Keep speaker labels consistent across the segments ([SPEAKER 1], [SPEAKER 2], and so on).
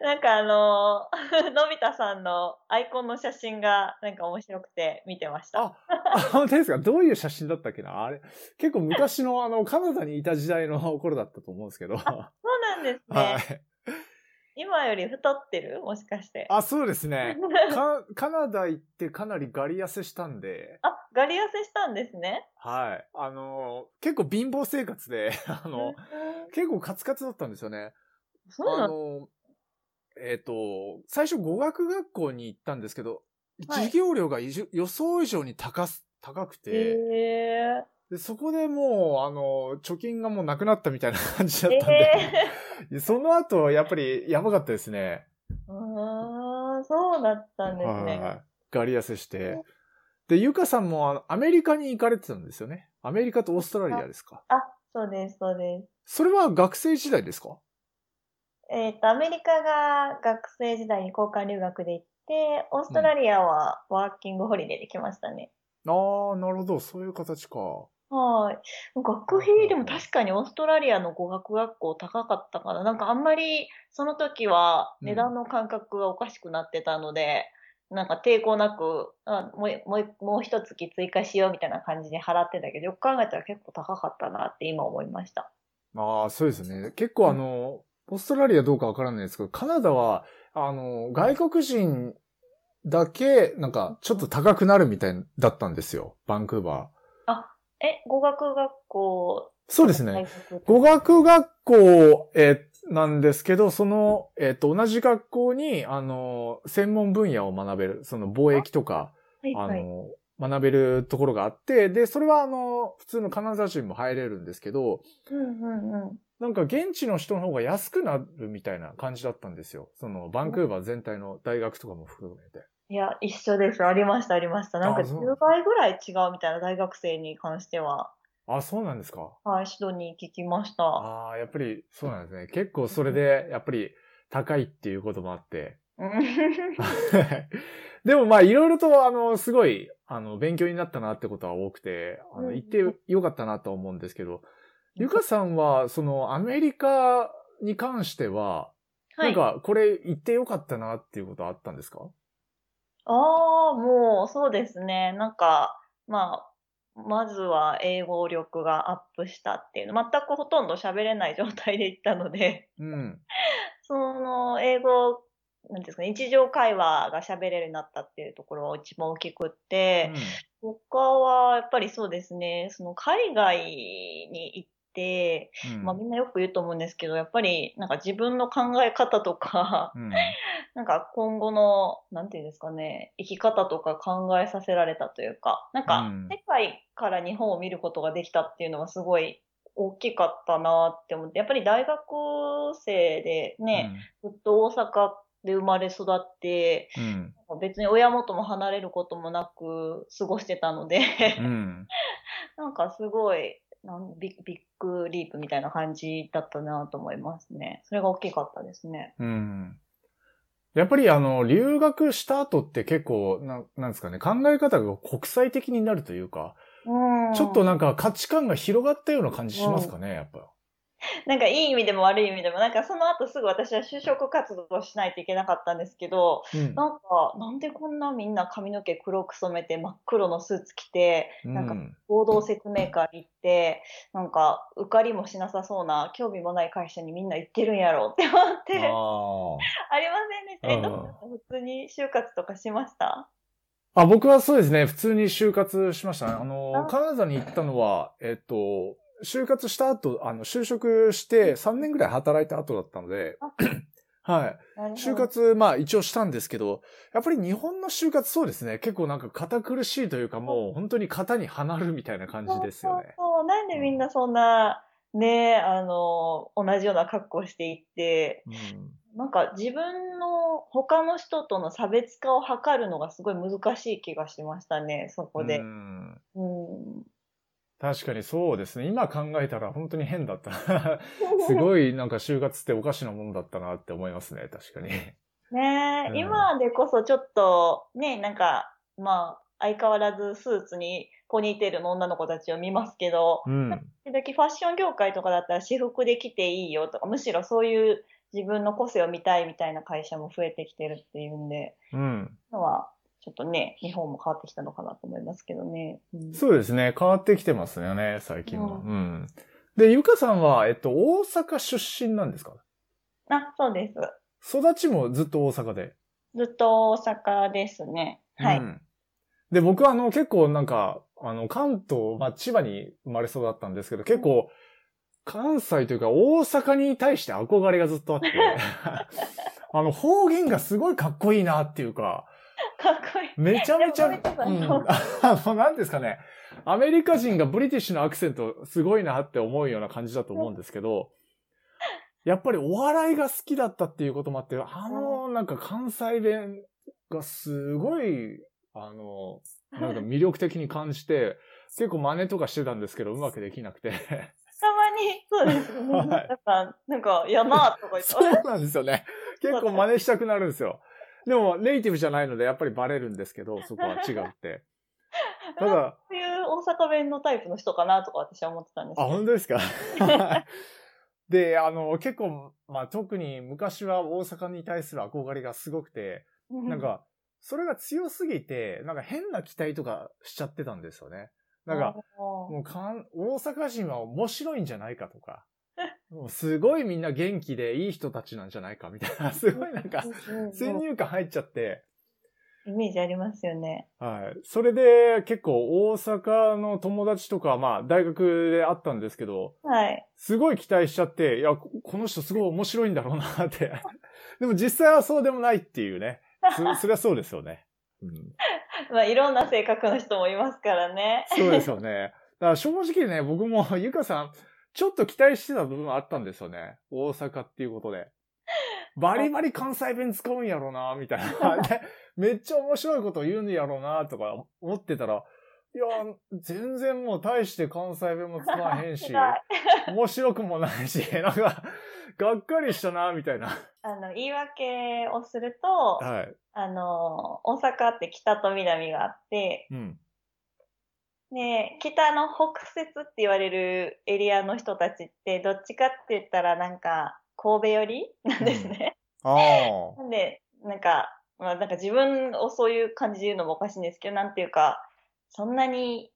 [SPEAKER 1] なんかあのー のび太さんのアイコンの写真がなんか面白くて見てました。
[SPEAKER 2] あ、あ本当ですかどういう写真だったっけなあれ、結構昔のあの、カナダにいた時代の頃だったと思うんですけど。 は
[SPEAKER 1] そうなんですね。
[SPEAKER 2] い。
[SPEAKER 1] 今より太ってるもしかして。
[SPEAKER 2] あ、そうで すね。かカナダ行ってかなりガリ痩せしたんで、
[SPEAKER 1] あ、ガリ痩せしたんですね。
[SPEAKER 2] はい。あの、結構貧乏生活で、 あの、
[SPEAKER 1] うん
[SPEAKER 2] 結構カツカツだったんですよね。
[SPEAKER 1] そう
[SPEAKER 2] あ
[SPEAKER 1] なの
[SPEAKER 2] の、えっ、と、最初語学学校に行ったんですけど、
[SPEAKER 1] はい
[SPEAKER 2] 授業料がいじ予想以上に高す、高くて、
[SPEAKER 1] えー
[SPEAKER 2] で、そこでもう、あの、貯金がもうなくなったみたいな感じだったんで、
[SPEAKER 1] え
[SPEAKER 2] その後、やっぱりやばかったですね。
[SPEAKER 1] ー、あーそうだったんですね。
[SPEAKER 2] はい。ガリ痩せして。で、ゆかさんもあのアメリカに行かれてたんですよね。アメリカとオーストラリアですか。
[SPEAKER 1] あ、そうです、そうです。
[SPEAKER 2] それは学生時代ですか
[SPEAKER 1] えっ、と、アメリカが学生時代に交換留学で行って、オーストラリアはワーキングホリデーで来ましたね。
[SPEAKER 2] あー、なるほど。そういう形か。
[SPEAKER 1] はい。学費でも確かにオーストラリアの語学学校高かったかな。なんかあんまりその時は値段の感覚がおかしくなってたので、なんか抵抗なく、あもう、もう、もう一月追加しようみたいな感じで払ってたけど、よく考えたら結構高かったなって今思いました。
[SPEAKER 2] ああ、そうですね。結構あの、オーストラリアどうかわからないですけど、カナダは、あの、外国人だけ、なんか、ちょっと高くなるみたいだったんですよ。バンクーバ
[SPEAKER 1] え、語学学校、
[SPEAKER 2] ー。そうです
[SPEAKER 1] 大
[SPEAKER 2] ね。
[SPEAKER 1] 学
[SPEAKER 2] 語学学校、えーなんですけど、その、えっ、と、同じ学校に、あの、専門分野を学べる、その貿易とか、
[SPEAKER 1] はい
[SPEAKER 2] あ
[SPEAKER 1] はい。
[SPEAKER 2] の、学べるところがあって、で、それはあの、普通のカナダ人も入れるんですけど、
[SPEAKER 1] うんうんうん。
[SPEAKER 2] なんか現地の人の方が安くなるみたいな感じだったんですよ。そのバンクーバー全体の大学とかも含めて。
[SPEAKER 1] いや、一緒です。ありました、ありました。なんか
[SPEAKER 2] あそう
[SPEAKER 1] 10倍ぐらい違うみたいな大学生に関しては、
[SPEAKER 2] あ、そうなんですか。
[SPEAKER 1] はい、シドニー聞きました。
[SPEAKER 2] ああ、やっぱりそうなんですね。結構それで、やっぱり高いっていうこともあって。
[SPEAKER 1] うん
[SPEAKER 2] でもまあいろいろとあの、すごい、あの、勉強になったなってことは多くて、あ
[SPEAKER 1] う
[SPEAKER 2] の、
[SPEAKER 1] ん
[SPEAKER 2] 行ってよかったなとは思うんですけど、ゆかさんは、そのアメリカに関しては、
[SPEAKER 1] は
[SPEAKER 2] なん
[SPEAKER 1] い。
[SPEAKER 2] かこれ行ってよかったなっていうことはあったんですか
[SPEAKER 1] ああ、もうそうですね。なんか、まあ、まずは英語力がアップしたっていうの、全くほとんど喋れない状態で行ったので、
[SPEAKER 2] うん。
[SPEAKER 1] その英語、なんていうんですかね、日常会話が喋れるようになったっていうところは一番大きくって、
[SPEAKER 2] うん
[SPEAKER 1] 他はやっぱりそうですね、その海外に行って、
[SPEAKER 2] うん
[SPEAKER 1] まあみんなよく言うと思うんですけど、やっぱりなんか自分の考え方とか、
[SPEAKER 2] うん
[SPEAKER 1] なんか今後の、なんていうんですかね、生き方とか考えさせられたというか、なん
[SPEAKER 2] う
[SPEAKER 1] か
[SPEAKER 2] ん
[SPEAKER 1] 世界から日本を見ることができたっていうのはすごい大きかったなって思って、やっぱり大学生でね、ずっと大阪で生まれ育って、
[SPEAKER 2] うん。
[SPEAKER 1] 別に親元も離れることもなく過ごしてたので、
[SPEAKER 2] うん。うん。
[SPEAKER 1] なんかすごいなんビ、ビッグリープみたいな感じだったなと思いますね。それが大きかったですね。
[SPEAKER 2] うん。やっぱりあの、留学した後って結構、ななんですかね、考え方が国際的になるというか、
[SPEAKER 1] うん
[SPEAKER 2] ちょっとなんか価値観が広がったような感じしますかね、やっぱ。
[SPEAKER 1] なんかいい意味でも悪い意味でも、なんかその後すぐ私は就職活動をしないといけなかったんですけど、
[SPEAKER 2] うん
[SPEAKER 1] なんか、なんでこんなみんな髪の毛黒く染めて真っ黒のスーツ着て、なんか
[SPEAKER 2] うん
[SPEAKER 1] 合同説明会行って、なんか受かりもしなさそうな、興味もない会社にみんな行ってるんやろうって思って、あ
[SPEAKER 2] あ
[SPEAKER 1] りませんでした。え、
[SPEAKER 2] うん
[SPEAKER 1] どうですか普通に就活とかしました
[SPEAKER 2] あ。あ、僕はそうですね、普通に就活しましたね。あの
[SPEAKER 1] あ、
[SPEAKER 2] カナダに行ったのは、えっと、就活した後、あの、就職して3年ぐらい働いた後だったので
[SPEAKER 1] あ、
[SPEAKER 2] はい。
[SPEAKER 1] なるほど
[SPEAKER 2] 就活、まあ一応したんですけど、やっぱり日本の就活そうですね。結構なんか堅苦しいというかもう本当に型にはなるみたいな感じですよ
[SPEAKER 1] そう
[SPEAKER 2] ね。
[SPEAKER 1] そうそうなんでみんなそんな、ね、あの、同じような格好していって、
[SPEAKER 2] うん
[SPEAKER 1] なんか自分の他の人との差別化を図るのがすごい難しい気がしましたね、そこ
[SPEAKER 2] う
[SPEAKER 1] で。
[SPEAKER 2] ん
[SPEAKER 1] うん。
[SPEAKER 2] 確かにそうですね。今考えたら本当に変だったな。すごいなんか就活っておかしなもんだったなって思いますね。確かに。
[SPEAKER 1] ねえ、
[SPEAKER 2] うん
[SPEAKER 1] 今でこそちょっと、ね、なんか、まあ、相変わらずスーツにポニーテールの女の子たちを見ますけど、
[SPEAKER 2] うん。
[SPEAKER 1] 時々ファッション業界とかだったら私服で来ていいよとか、むしろそういう自分の個性を見たいみたいな会社も増えてきてるっていうんで、
[SPEAKER 2] うん。
[SPEAKER 1] のは、ちょっとね、日本も変わってきたのかなと思いますけどね。うん
[SPEAKER 2] そうですね。変わってきてますよね、最近は。
[SPEAKER 1] う
[SPEAKER 2] うん。で、ゆかさんは、えっと、大阪出身なんですか
[SPEAKER 1] あ、そうです。
[SPEAKER 2] 育ちもずっと大阪で。
[SPEAKER 1] ずっと大阪ですね。はい。
[SPEAKER 2] うんで、僕はあの、結構なんか、あの、関東、まあ、千葉に生まれ育ったんですけど、結構、関西というか大阪に対して憧れがずっとあって、 あの、方言がすごいかっこいいなっていうか、
[SPEAKER 1] かっこいい。
[SPEAKER 2] めちゃめちゃ、
[SPEAKER 1] いやごめんなさい
[SPEAKER 2] うん あの、なんですかね、アメリカ人がブリティッシュのアクセントすごいなって思うような感じだと思うんですけど、やっぱりお笑いが好きだったっていうこともあって、あの、なんか関西弁がすごい、あの、なんか魅力的に感じて、結構真似とかしてたんですけど、うまくできなくて。
[SPEAKER 1] たまに、そうですね。
[SPEAKER 2] はい
[SPEAKER 1] なんか、なんか、山とか言って、
[SPEAKER 2] そうなんですよね。結構真似したくなるんですよ。でも、ネイティブじゃないので、やっぱりバレるんですけど、そこは違うって。ただ、
[SPEAKER 1] そういう大阪弁のタイプの人かなとか私は思ってたんですけ
[SPEAKER 2] あ、
[SPEAKER 1] ど。
[SPEAKER 2] 本当ですか で、あの、結構、まあ、特に昔は大阪に対する憧れがすごくて、なんか、それが強すぎて、なんか変な期待とかしちゃってたんですよね。
[SPEAKER 1] あー、
[SPEAKER 2] なんか、もうかん、大阪人は面白いんじゃないか とか、もうすごいみんな元気でいい人たちなんじゃないかみたい な、すごいなんか、
[SPEAKER 1] うんうん
[SPEAKER 2] 先入観入っちゃって、
[SPEAKER 1] イメージありますよね。
[SPEAKER 2] はい。それで結構大阪の友達とか、まあ大学で会ったんですけど、
[SPEAKER 1] はい。
[SPEAKER 2] すごい期待しちゃって、いや、ここの人すごい面白いんだろうなって。 でも実際はそうでもないっていうね。そそりゃそうですよ ね。うん
[SPEAKER 1] まあ、いろんな性格の人もいますから ね。
[SPEAKER 2] そうですよね。だから正直ね、僕も、 ゆかさん、ちょっと期待してた部分はあったんですよね。大阪っていうことで。バリバリ関西弁使うんやろうな、みたい な。でめっちゃ面白いこと言うんやろうな、とか思ってたら、いや、全然もう大して関西弁も使わへ んし、
[SPEAKER 1] 辛い
[SPEAKER 2] 面白くもないし、 なんか、がっかりしたな、みたいな。
[SPEAKER 1] あの、言い訳をすると、
[SPEAKER 2] はい。
[SPEAKER 1] あの、大阪って北と南があって、
[SPEAKER 2] うん。
[SPEAKER 1] で、北の北節って言われるエリアの人たちって、どっちかって言ったらなんか、神戸寄りなんですね。
[SPEAKER 2] ああ。
[SPEAKER 1] なんで、なんか、まあなんか自分をそういう感じで言うのもおかしいんですけど、なんていうか、そんなに、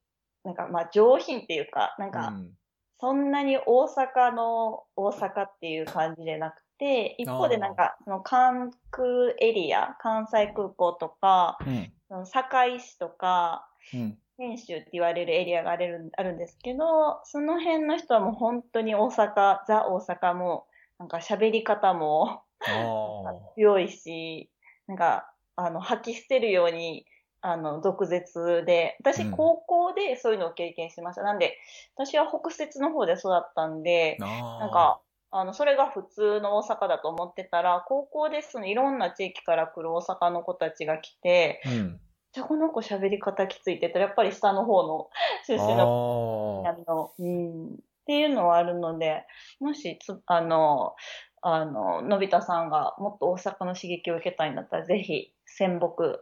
[SPEAKER 1] なんかまあ上品っていうか、なんか、
[SPEAKER 2] うん
[SPEAKER 1] そんなに大阪の大阪っていう感じでなくて、一方でなんか、その関空エリア、関西空港とか、
[SPEAKER 2] うん。
[SPEAKER 1] その堺市とか、
[SPEAKER 2] うん。
[SPEAKER 1] 天州って言われるエリアがあるあるんですけど、その辺の人はもう本当に大阪、ザ大阪も、なんか喋り方も
[SPEAKER 2] ああ。
[SPEAKER 1] 強いし、なんか、あの、吐き捨てるように、あの、毒舌で、私
[SPEAKER 2] うん
[SPEAKER 1] 高校でそういうのを経験しました。なんで、私は北摂の方で育ったんで、
[SPEAKER 2] な
[SPEAKER 1] なん、か、あの、それが普通の大阪だと思ってたら、高校でそのいろんな地域から来る大阪の子たちが来て、
[SPEAKER 2] うん。
[SPEAKER 1] じゃあこの子喋り方きついって言ったら、やっぱり下の方の出身の
[SPEAKER 2] ああ。
[SPEAKER 1] 南の、うん、っていうのはあるので、もしつ、あの、あの、のび太さんがもっと大阪の刺激を受けたいんだったら、ぜひ、仙北、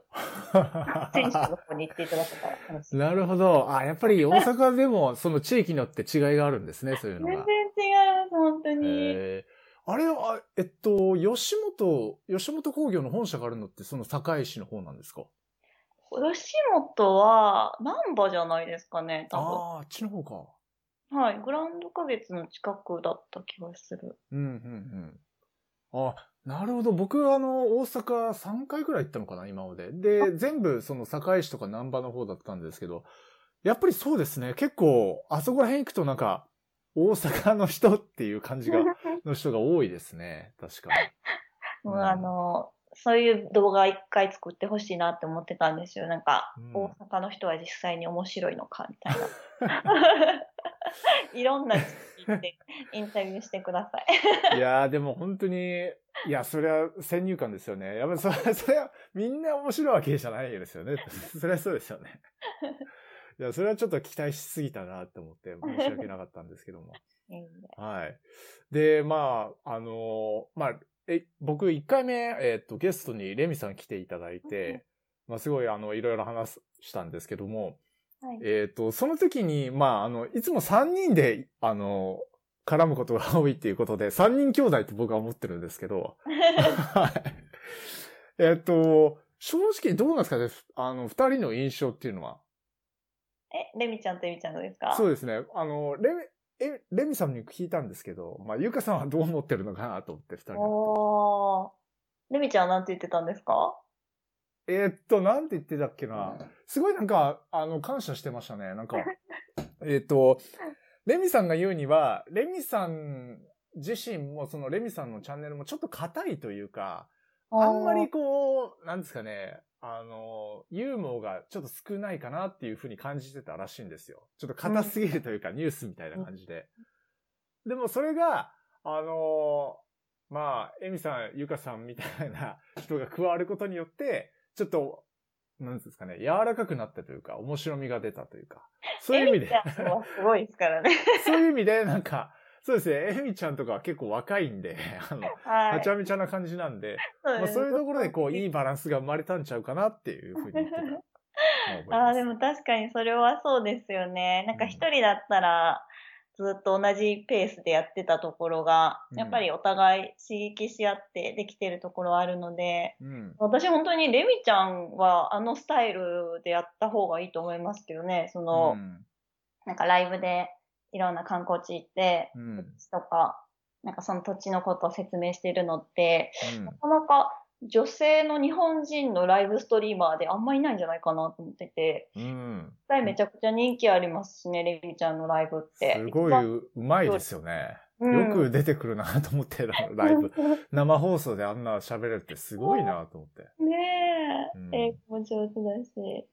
[SPEAKER 1] 選手の方に行っていただけたら楽しい。
[SPEAKER 2] なるほど。あ、やっぱり大阪 でもその地域によって違いがあるんですね、そういう
[SPEAKER 1] 全
[SPEAKER 2] の
[SPEAKER 1] 然違いま
[SPEAKER 2] が。
[SPEAKER 1] す、本当に。
[SPEAKER 2] へーあれは、あえっと、吉本、吉本工業の本社があるのってその堺市の方なんですか
[SPEAKER 1] 吉本は、難波じゃないですかね、
[SPEAKER 2] あ
[SPEAKER 1] 多分。
[SPEAKER 2] あー、あっちの方か。
[SPEAKER 1] はい、グランド花月の近くだった気がする。
[SPEAKER 2] うん、うん、うん。あ、なるほど。僕、あの、大阪3回くらい行ったのかな、今まで。で、全部、その、堺市とか南波の方だったんですけど、やっぱりそうですね。結構、あそこら辺行くとなんか、大阪の人っていう感じが、の人が多いですね。確か
[SPEAKER 1] もうあの、そういう動画一回作ってほしいなって思ってたんですよ。なんか、
[SPEAKER 2] うん
[SPEAKER 1] 大阪の人は実際に面白いのか、みたいな。 いろんな地域行ってインタビューしてください。
[SPEAKER 2] に。いやー、でも本当に、いや、それは先入観ですよね。やっぱりそれ、それは、みんな面白いわけじゃないですよね。それはそうですよね。いや、それはちょっと期待しすぎたなって思って、申し訳なかったんですけども。
[SPEAKER 1] いいんで
[SPEAKER 2] はい。で、まあ、あのまあ、え、僕1回目、えっ、と、ゲストにレミさん来ていただいて、まあ、すごい、あの、いろいろ話したんですけども、
[SPEAKER 1] はい
[SPEAKER 2] えっ、と、その時に、まあ、あの、いつも3人で、あの、絡むことが多いっていうことで、三人兄弟って僕は思ってるんですけ ど、はい。えっと、正直どうなんですかねあの、二人の印象っていうのは。
[SPEAKER 1] え、レミちゃんとエミちゃんのですか
[SPEAKER 2] そうですね。あの、レミ、え、レミさんに聞いたんですけど、まあ、ゆかさんはどう思ってるのかなと思って、二人のこと
[SPEAKER 1] おー。レミちゃんはなんて言ってたんですか
[SPEAKER 2] えーっと、なんて言ってたっけな。すごいなんか、あの、感謝してましたね。なんか、えーっと、レミさんが言うには、レミさん自身も、そのレミさんのチャンネルもちょっと硬いというか、あんまりこう、なんですかね、あの、ユーモアがちょっと少ないかなっていうふうに感じてたらしいんですよ。ちょっと硬すぎるというか、ニュースみたいな感じで。でもそれが、あの、まあ、エミさん、ユカさんみたいな人が加わることによって、ちょっと、なんですかね、柔らかくなったというか、面白みが出たというか、そういう意味で
[SPEAKER 1] エミ。ちゃんはすごいですからね。
[SPEAKER 2] そういう意味で、なんか、そうですね、エミちゃんとかは結構若いんで、あの、
[SPEAKER 1] は。
[SPEAKER 2] はいちゃめちゃな感じなんで、まあ、そういうところでこう、いいバランスが生まれたんちゃうかなっていうふう に言ってたのを覚えて
[SPEAKER 1] あ
[SPEAKER 2] ま
[SPEAKER 1] あ、
[SPEAKER 2] す。
[SPEAKER 1] でも確かにそれはそうですよね。なんか
[SPEAKER 2] うん
[SPEAKER 1] 一人だったら、ずっと同じペースでやってたところが、
[SPEAKER 2] うん
[SPEAKER 1] やっぱりお互い刺激し合ってできてるところはあるので、
[SPEAKER 2] うん。
[SPEAKER 1] 私本当にレミちゃんはあのスタイルでやった方がいいと思いますけどね。その、
[SPEAKER 2] うん
[SPEAKER 1] なんかライブでいろんな観光地行って、
[SPEAKER 2] うん。うん。
[SPEAKER 1] とか、なんかその土地のことを説明してるのって、なかなか女性の日本人のライブストリーマーであんまいないんじゃないかなと思ってて、
[SPEAKER 2] うん。
[SPEAKER 1] 絶対めちゃくちゃ人気ありますしね、レミちゃんのライブって。
[SPEAKER 2] すごい、うまいですよね。よく出てくるなと思って、あのラ イブ。
[SPEAKER 1] ブ。
[SPEAKER 2] 生放送であんな喋れるってすごいなと思って。
[SPEAKER 1] ねえ、
[SPEAKER 2] うん
[SPEAKER 1] 英語も上手だし。っ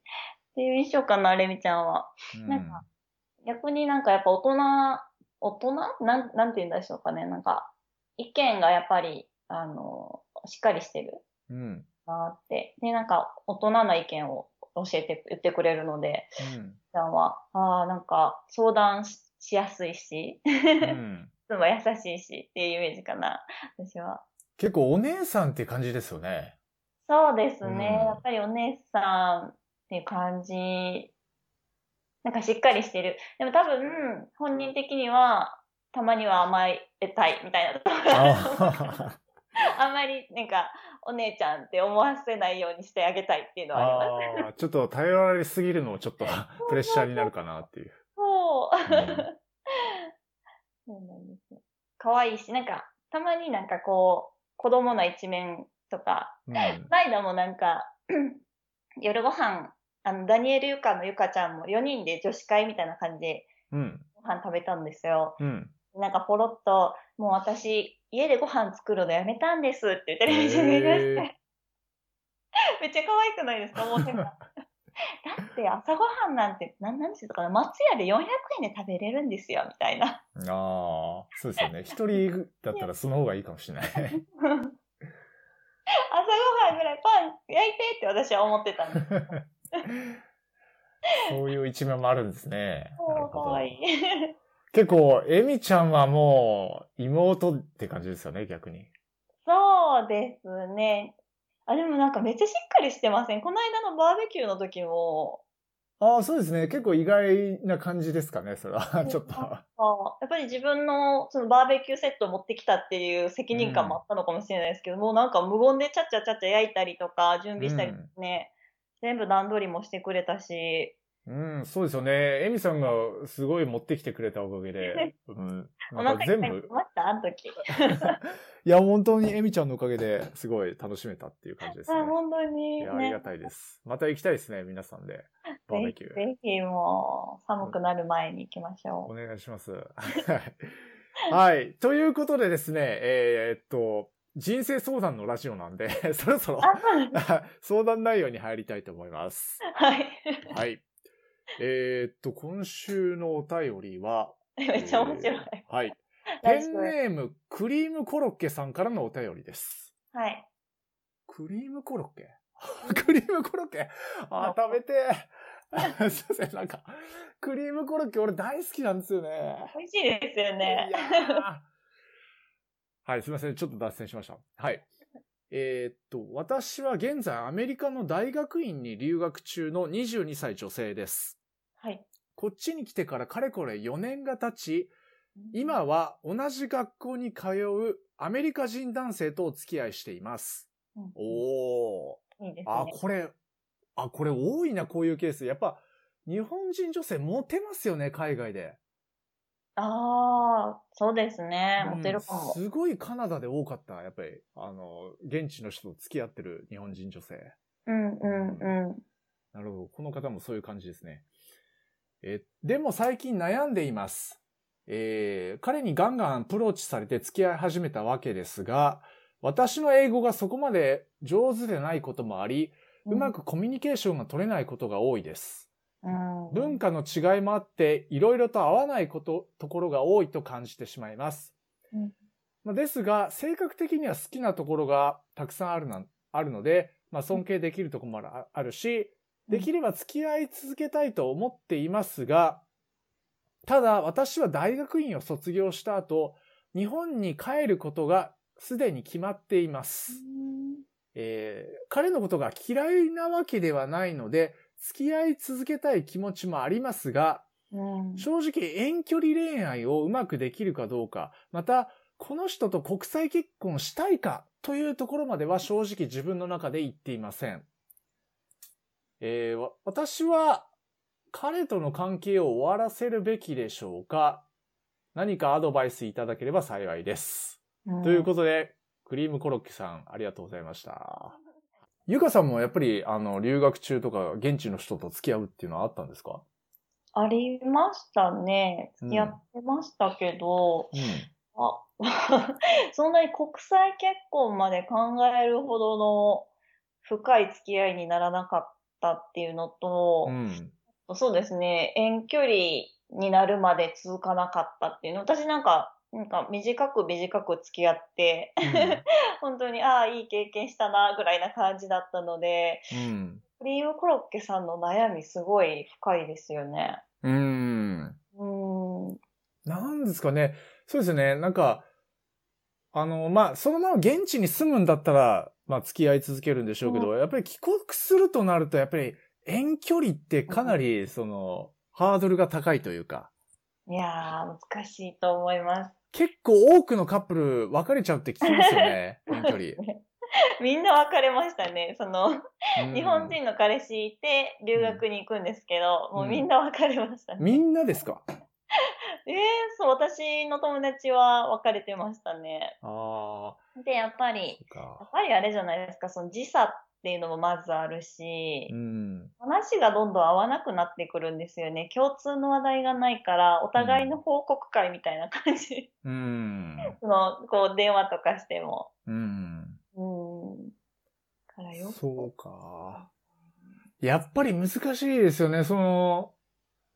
[SPEAKER 1] ていう印象かな、レミちゃんは。
[SPEAKER 2] うん
[SPEAKER 1] なんか逆になんかやっぱ大人、大人なん、なんて言うんでしょうかね。なんか、意見がやっぱり、あの、しっかりしてる
[SPEAKER 2] うん。
[SPEAKER 1] なって。で、なんか、大人な意見を教えて、言ってくれるので、
[SPEAKER 2] うん。
[SPEAKER 1] ちゃんは、ああ、なんか、相談ししやすいし、
[SPEAKER 2] うん。
[SPEAKER 1] いつも優しいしっていうイメージかな、私は。
[SPEAKER 2] 結構お姉さんって感じですよ ね。
[SPEAKER 1] そうですね。
[SPEAKER 2] うん
[SPEAKER 1] やっぱりお姉さんっていう感じ。なんかしっかりしてる。でも多分、本人的には、たまには甘えたいみたいなところが
[SPEAKER 2] あ
[SPEAKER 1] あんまりなんか、お姉ちゃんって思わせないようにしてあげたいっていうのはあります。
[SPEAKER 2] あー、ちょっと頼られすぎるのもちょっとプレッシャーになるかなっていう。
[SPEAKER 1] そう。 そうなんですよ。可愛いし、なんか、たまになんかこう、子供な一面とか
[SPEAKER 2] うん。うん
[SPEAKER 1] この間もなんか、 夜ご飯、あの、ダニエル・ユカのユカちゃんも4人で女子会みたいな感じで
[SPEAKER 2] うん。
[SPEAKER 1] ご飯食べたんですよ。
[SPEAKER 2] うん。
[SPEAKER 1] なんかポロッと、もう私、家でご飯作るのやめたんですってテレビで見まし
[SPEAKER 2] へー
[SPEAKER 1] て。めっちゃ可愛くないですかもうなんか だって朝ごはんなんて、なんなんですかね、松屋で400円で食べれるんですよ、みたいな。
[SPEAKER 2] ああ、そうですよね。一人だったらその方がいいかもしれ ない。
[SPEAKER 1] 朝ごはんぐらいパン焼いてって私は思ってたんです。
[SPEAKER 2] そういう一面もあるんですね。なる
[SPEAKER 1] もう
[SPEAKER 2] ほ
[SPEAKER 1] 可
[SPEAKER 2] ど
[SPEAKER 1] 愛い。
[SPEAKER 2] 結構、エミちゃんはもう、妹って感じですよね、逆に。
[SPEAKER 1] そうですね。あ、でもなんかめっちゃしっかりしてません。この間のバーベキューの時も、
[SPEAKER 2] ああ、そうですね。結構意外な感じですかね、それ は。ちょっと。
[SPEAKER 1] あやっぱり自分のそのバーベキューセットを持ってきたっていう責任感もあったのかもしれないですけど、もうなんか無言でちゃっちゃちゃっちゃ焼いたりとか、準備したりね、全部段取りもしてくれたし、
[SPEAKER 2] うん、そうですよね。エミさんがすごい持ってきてくれたおかげ で。うん。
[SPEAKER 1] お
[SPEAKER 2] な
[SPEAKER 1] 腹
[SPEAKER 2] んか
[SPEAKER 1] いっ
[SPEAKER 2] 全
[SPEAKER 1] ぱいにな
[SPEAKER 2] 部
[SPEAKER 1] り。ましたあの 時。
[SPEAKER 2] いや、本当にエミちゃんのおかげですごい楽しめたっていう感じですね
[SPEAKER 1] あ、。本当
[SPEAKER 2] い
[SPEAKER 1] に
[SPEAKER 2] や、あり
[SPEAKER 1] ね
[SPEAKER 2] が。たいです。また行きたいですね、皆さんで。バーベキュー。
[SPEAKER 1] ぜひもう寒くなる前に行きまし
[SPEAKER 2] お
[SPEAKER 1] ょ。
[SPEAKER 2] 願いします。はいはい。ということでですね、えーっと、人生相談のラジオなんで、 そろそうろ
[SPEAKER 1] あ、そうです。
[SPEAKER 2] 相談内容に入りたいと思います。
[SPEAKER 1] はい。
[SPEAKER 2] はい。えーっと、今週のお便りは、
[SPEAKER 1] めっちゃ面白い。
[SPEAKER 2] えーはい。
[SPEAKER 1] 来
[SPEAKER 2] ペ
[SPEAKER 1] 週
[SPEAKER 2] ンネーム、クリームコロッケさんからのお便りです。
[SPEAKER 1] はい。
[SPEAKER 2] クリームコロッケ クリームコロッケあー、食べてえ すいません、なんか、クリームコロッケ俺大好きなんですよね。
[SPEAKER 1] 美味しいですよね
[SPEAKER 2] い。やー はい、すみません。ちょっと脱線しました。はい。えーっと、私は現在アメリカの大学院に留学中の22歳女性です。
[SPEAKER 1] はい。
[SPEAKER 2] こっちに来てからかれこれ4年が経ち、今は同じ学校に通うアメリカ人男性とお付き合いしています。
[SPEAKER 1] うん
[SPEAKER 2] おー。
[SPEAKER 1] いいです
[SPEAKER 2] あ、
[SPEAKER 1] ね。
[SPEAKER 2] これ、あ、これ多いな、こういうケース。やっぱ、日本人女性モテますよね、海外で。
[SPEAKER 1] ああ、そうですね。モテるか
[SPEAKER 2] うん
[SPEAKER 1] も。
[SPEAKER 2] すごいカナダで多かった、やっぱり。あの、現地の人と付き合ってる日本人女性。
[SPEAKER 1] うんうんうん。
[SPEAKER 2] なるほど。この方もそういう感じですね。え、でも最近悩んでいます。えー彼にガンガンアプローチされて付き合い始めたわけですが、私の英語がそこまで上手でないこともあり、うまくコミュニケーションが取れないことが多いです。
[SPEAKER 1] うん。
[SPEAKER 2] 文化の違いもあって、いろいろと合わないこと、ところが多いと感じてしまいます。
[SPEAKER 1] うん
[SPEAKER 2] まあですが、性格的には好きなところがたくさんあるな、あるので、まあ尊敬できるところもあるああるし、
[SPEAKER 1] うん
[SPEAKER 2] できれば付き合い続けたいと思っていますが、ただ私は大学院を卒業した後、日本に帰ることがすでに決まっています。えー彼のことが嫌いなわけではないので、付き合い続けたい気持ちもありますが、
[SPEAKER 1] うん。
[SPEAKER 2] 正直遠距離恋愛をうまくできるかどうか、また、この人と国際結婚したいかというところまでは正直自分の中で言っていません。えーわ私は彼との関係を終わらせるべきでしょうか何かアドバイスいただければ幸いです。ということで、クリームコロッケさん、ありがとうございました。ゆかさんもやっぱり、あの、留学中とか、現地の人と付き合うっていうのはあったんですか
[SPEAKER 1] ありましたね。
[SPEAKER 2] うん
[SPEAKER 1] 付き合ってましたけど、
[SPEAKER 2] うん。
[SPEAKER 1] あ、 そんなに国際結婚まで考えるほどの深い付き合いにならなかったっていうのと、
[SPEAKER 2] うん。
[SPEAKER 1] そうですね、遠距離になるまで続かなかったっていうの、私なんか、なんか短く短く付き合って、 本当に、ああ、いい経験したな、ぐらいな感じだったので、
[SPEAKER 2] うん。
[SPEAKER 1] クリームコロッケさんの悩みすごい深いですよね。
[SPEAKER 2] うん。
[SPEAKER 1] うーん。
[SPEAKER 2] なんですかね。そうですね。なんか、あの、まあ、そのまま現地に住むんだったら、まあ、付き合い続けるんでしょうけど、やっぱり帰国するとなると、やっぱり遠距離ってかなり、その、ハードルが高いというか、
[SPEAKER 1] いやー、難しいと思います。
[SPEAKER 2] 結構多くのカップル別れちゃうって聞きますよ ね、遠距離。
[SPEAKER 1] みんな別れましたね。その、
[SPEAKER 2] うん
[SPEAKER 1] 日本人の彼氏いて留学に行くんですけど、
[SPEAKER 2] うん
[SPEAKER 1] もうみんな別れましたね。
[SPEAKER 2] みんなですか
[SPEAKER 1] えー、そう、私の友達は別れてましたね。
[SPEAKER 2] あ
[SPEAKER 1] で、やっぱり、や
[SPEAKER 2] あ
[SPEAKER 1] っ。ぱりあれじゃないですか、その時差っていうのもまずあるし、
[SPEAKER 2] うん。
[SPEAKER 1] 話がどんどん合わなくなってくるんですよね。共通の話題がないから、お互いの報告会みたいな感じ。
[SPEAKER 2] うん。
[SPEAKER 1] その、こう、電話とかしても。
[SPEAKER 2] うん。
[SPEAKER 1] うん。からよ。
[SPEAKER 2] そうか。やっぱり難しいですよね。その、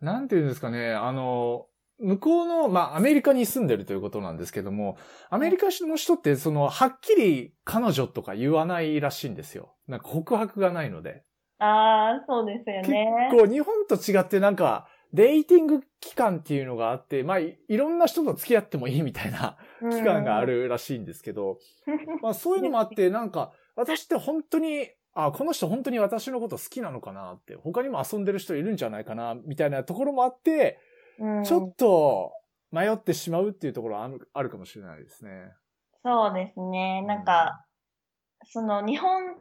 [SPEAKER 2] なんていうんですかね。あの、向こうの、まあ、アメリカに住んでるということなんですけども、アメリカの人って、その、はっきり彼女とか言わないらしいんですよ。なんか告白がないので。
[SPEAKER 1] ああ、そうですよ
[SPEAKER 2] 結
[SPEAKER 1] ね。
[SPEAKER 2] 構日本と違ってなんか、デイティング期間っていうのがあって、まあ、いいろんな人と付き合ってもいいみたいな期間があるらしいんですけど、 まあそういうのもあって、なんか、私って本当に、あ、この人本当に私のこと好きなのかなって、他にも遊んでる人いるんじゃないかな、みたいなところもあって、
[SPEAKER 1] うん。
[SPEAKER 2] ちょっと迷ってしまうっていうところはあるあるかもしれないですね。
[SPEAKER 1] そうですね。なんか、その日本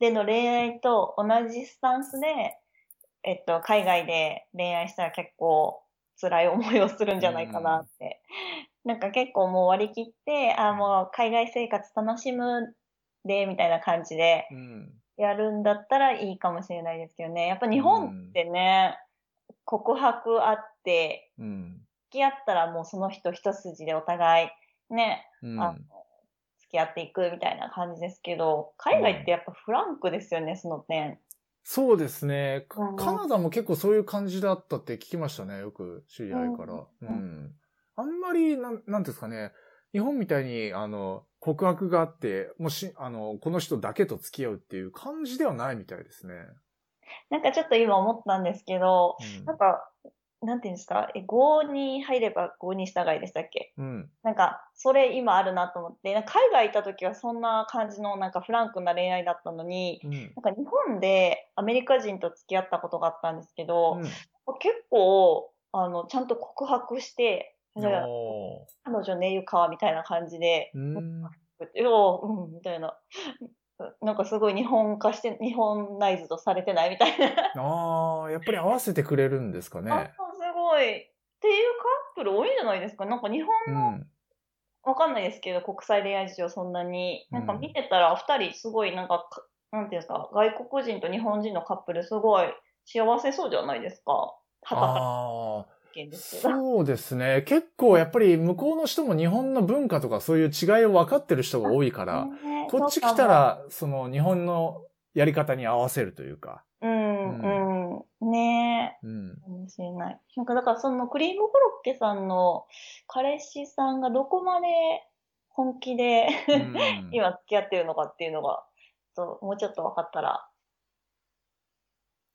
[SPEAKER 1] での恋愛と同じスタンスで、えっと、海外で恋愛したら結構辛い思いをするんじゃないかなって。なんか結構もう割り切って、あーもう海外生活楽しむで、みたいな感じで
[SPEAKER 2] うん。
[SPEAKER 1] やるんだったらいいかもしれないですけどね。やっぱ日本ってね、告白あって、
[SPEAKER 2] うん。
[SPEAKER 1] 付き合ったらもうその人一筋でお互い、ね、
[SPEAKER 2] うん。
[SPEAKER 1] あ付き合っていくみたいな感じですけど、海外ってやっぱフランクですよね、その点。
[SPEAKER 2] そうですね。か
[SPEAKER 1] うん
[SPEAKER 2] カナダも結構そういう感じだったって聞きましたね。よく知り合いから。う。
[SPEAKER 1] うんん
[SPEAKER 2] あんまり、なん、なんていうんですかね。日本みたいに、あの、告白があって、もうし、あの、この人だけと付き合うっていう感じではないみたいですね。
[SPEAKER 1] なんかちょっと今思ったんですけど、なんか、なんていうんですか、え、5に入れば5に従いでしたっけ
[SPEAKER 2] うん。うん。
[SPEAKER 1] なんか、それ今あるなと思って、なんか海外行った時はそんな感じのなんかフランクな恋愛だったのに、
[SPEAKER 2] うん。
[SPEAKER 1] なんか日本でアメリカ人と付き合ったことがあったんですけど、
[SPEAKER 2] うん
[SPEAKER 1] 結構、あの、ちゃんと告白して、だから彼女ねゆかみたいな感じで、
[SPEAKER 2] うん。
[SPEAKER 1] よう、うん、みたいな。 なんかすごい日本化して、日本ナイズとされてないみたいな。
[SPEAKER 2] ああ、やっぱり合わせてくれるんですか
[SPEAKER 1] あ、
[SPEAKER 2] ね。
[SPEAKER 1] すごい。っていうカップル多いんじゃないですか。なんか日本、
[SPEAKER 2] うん。
[SPEAKER 1] わかんないですけど、国際恋愛事情そんなに。なんか見てたら、二人すごい、なんかか、なんていうんですか、外国人と日本人のカップルすごい幸せそうじゃないですか。はたか
[SPEAKER 2] ああ、
[SPEAKER 1] 意見ですけど。
[SPEAKER 2] そうですね。結構やっぱり向こうの人も日本の文化とかそういう違いを分かってる人が多いから、
[SPEAKER 1] ね
[SPEAKER 2] こっち来た、ら、その日本のやり方に合わせるというか。
[SPEAKER 1] そうかもうん、うん、ねえ。
[SPEAKER 2] うん。
[SPEAKER 1] かもしれない。なんかだからそのクリームコロッケさんの彼氏さんがどこまで本気で
[SPEAKER 2] うん
[SPEAKER 1] 今付き合ってるのかっていうのが、ちょっともうちょっと分かったら。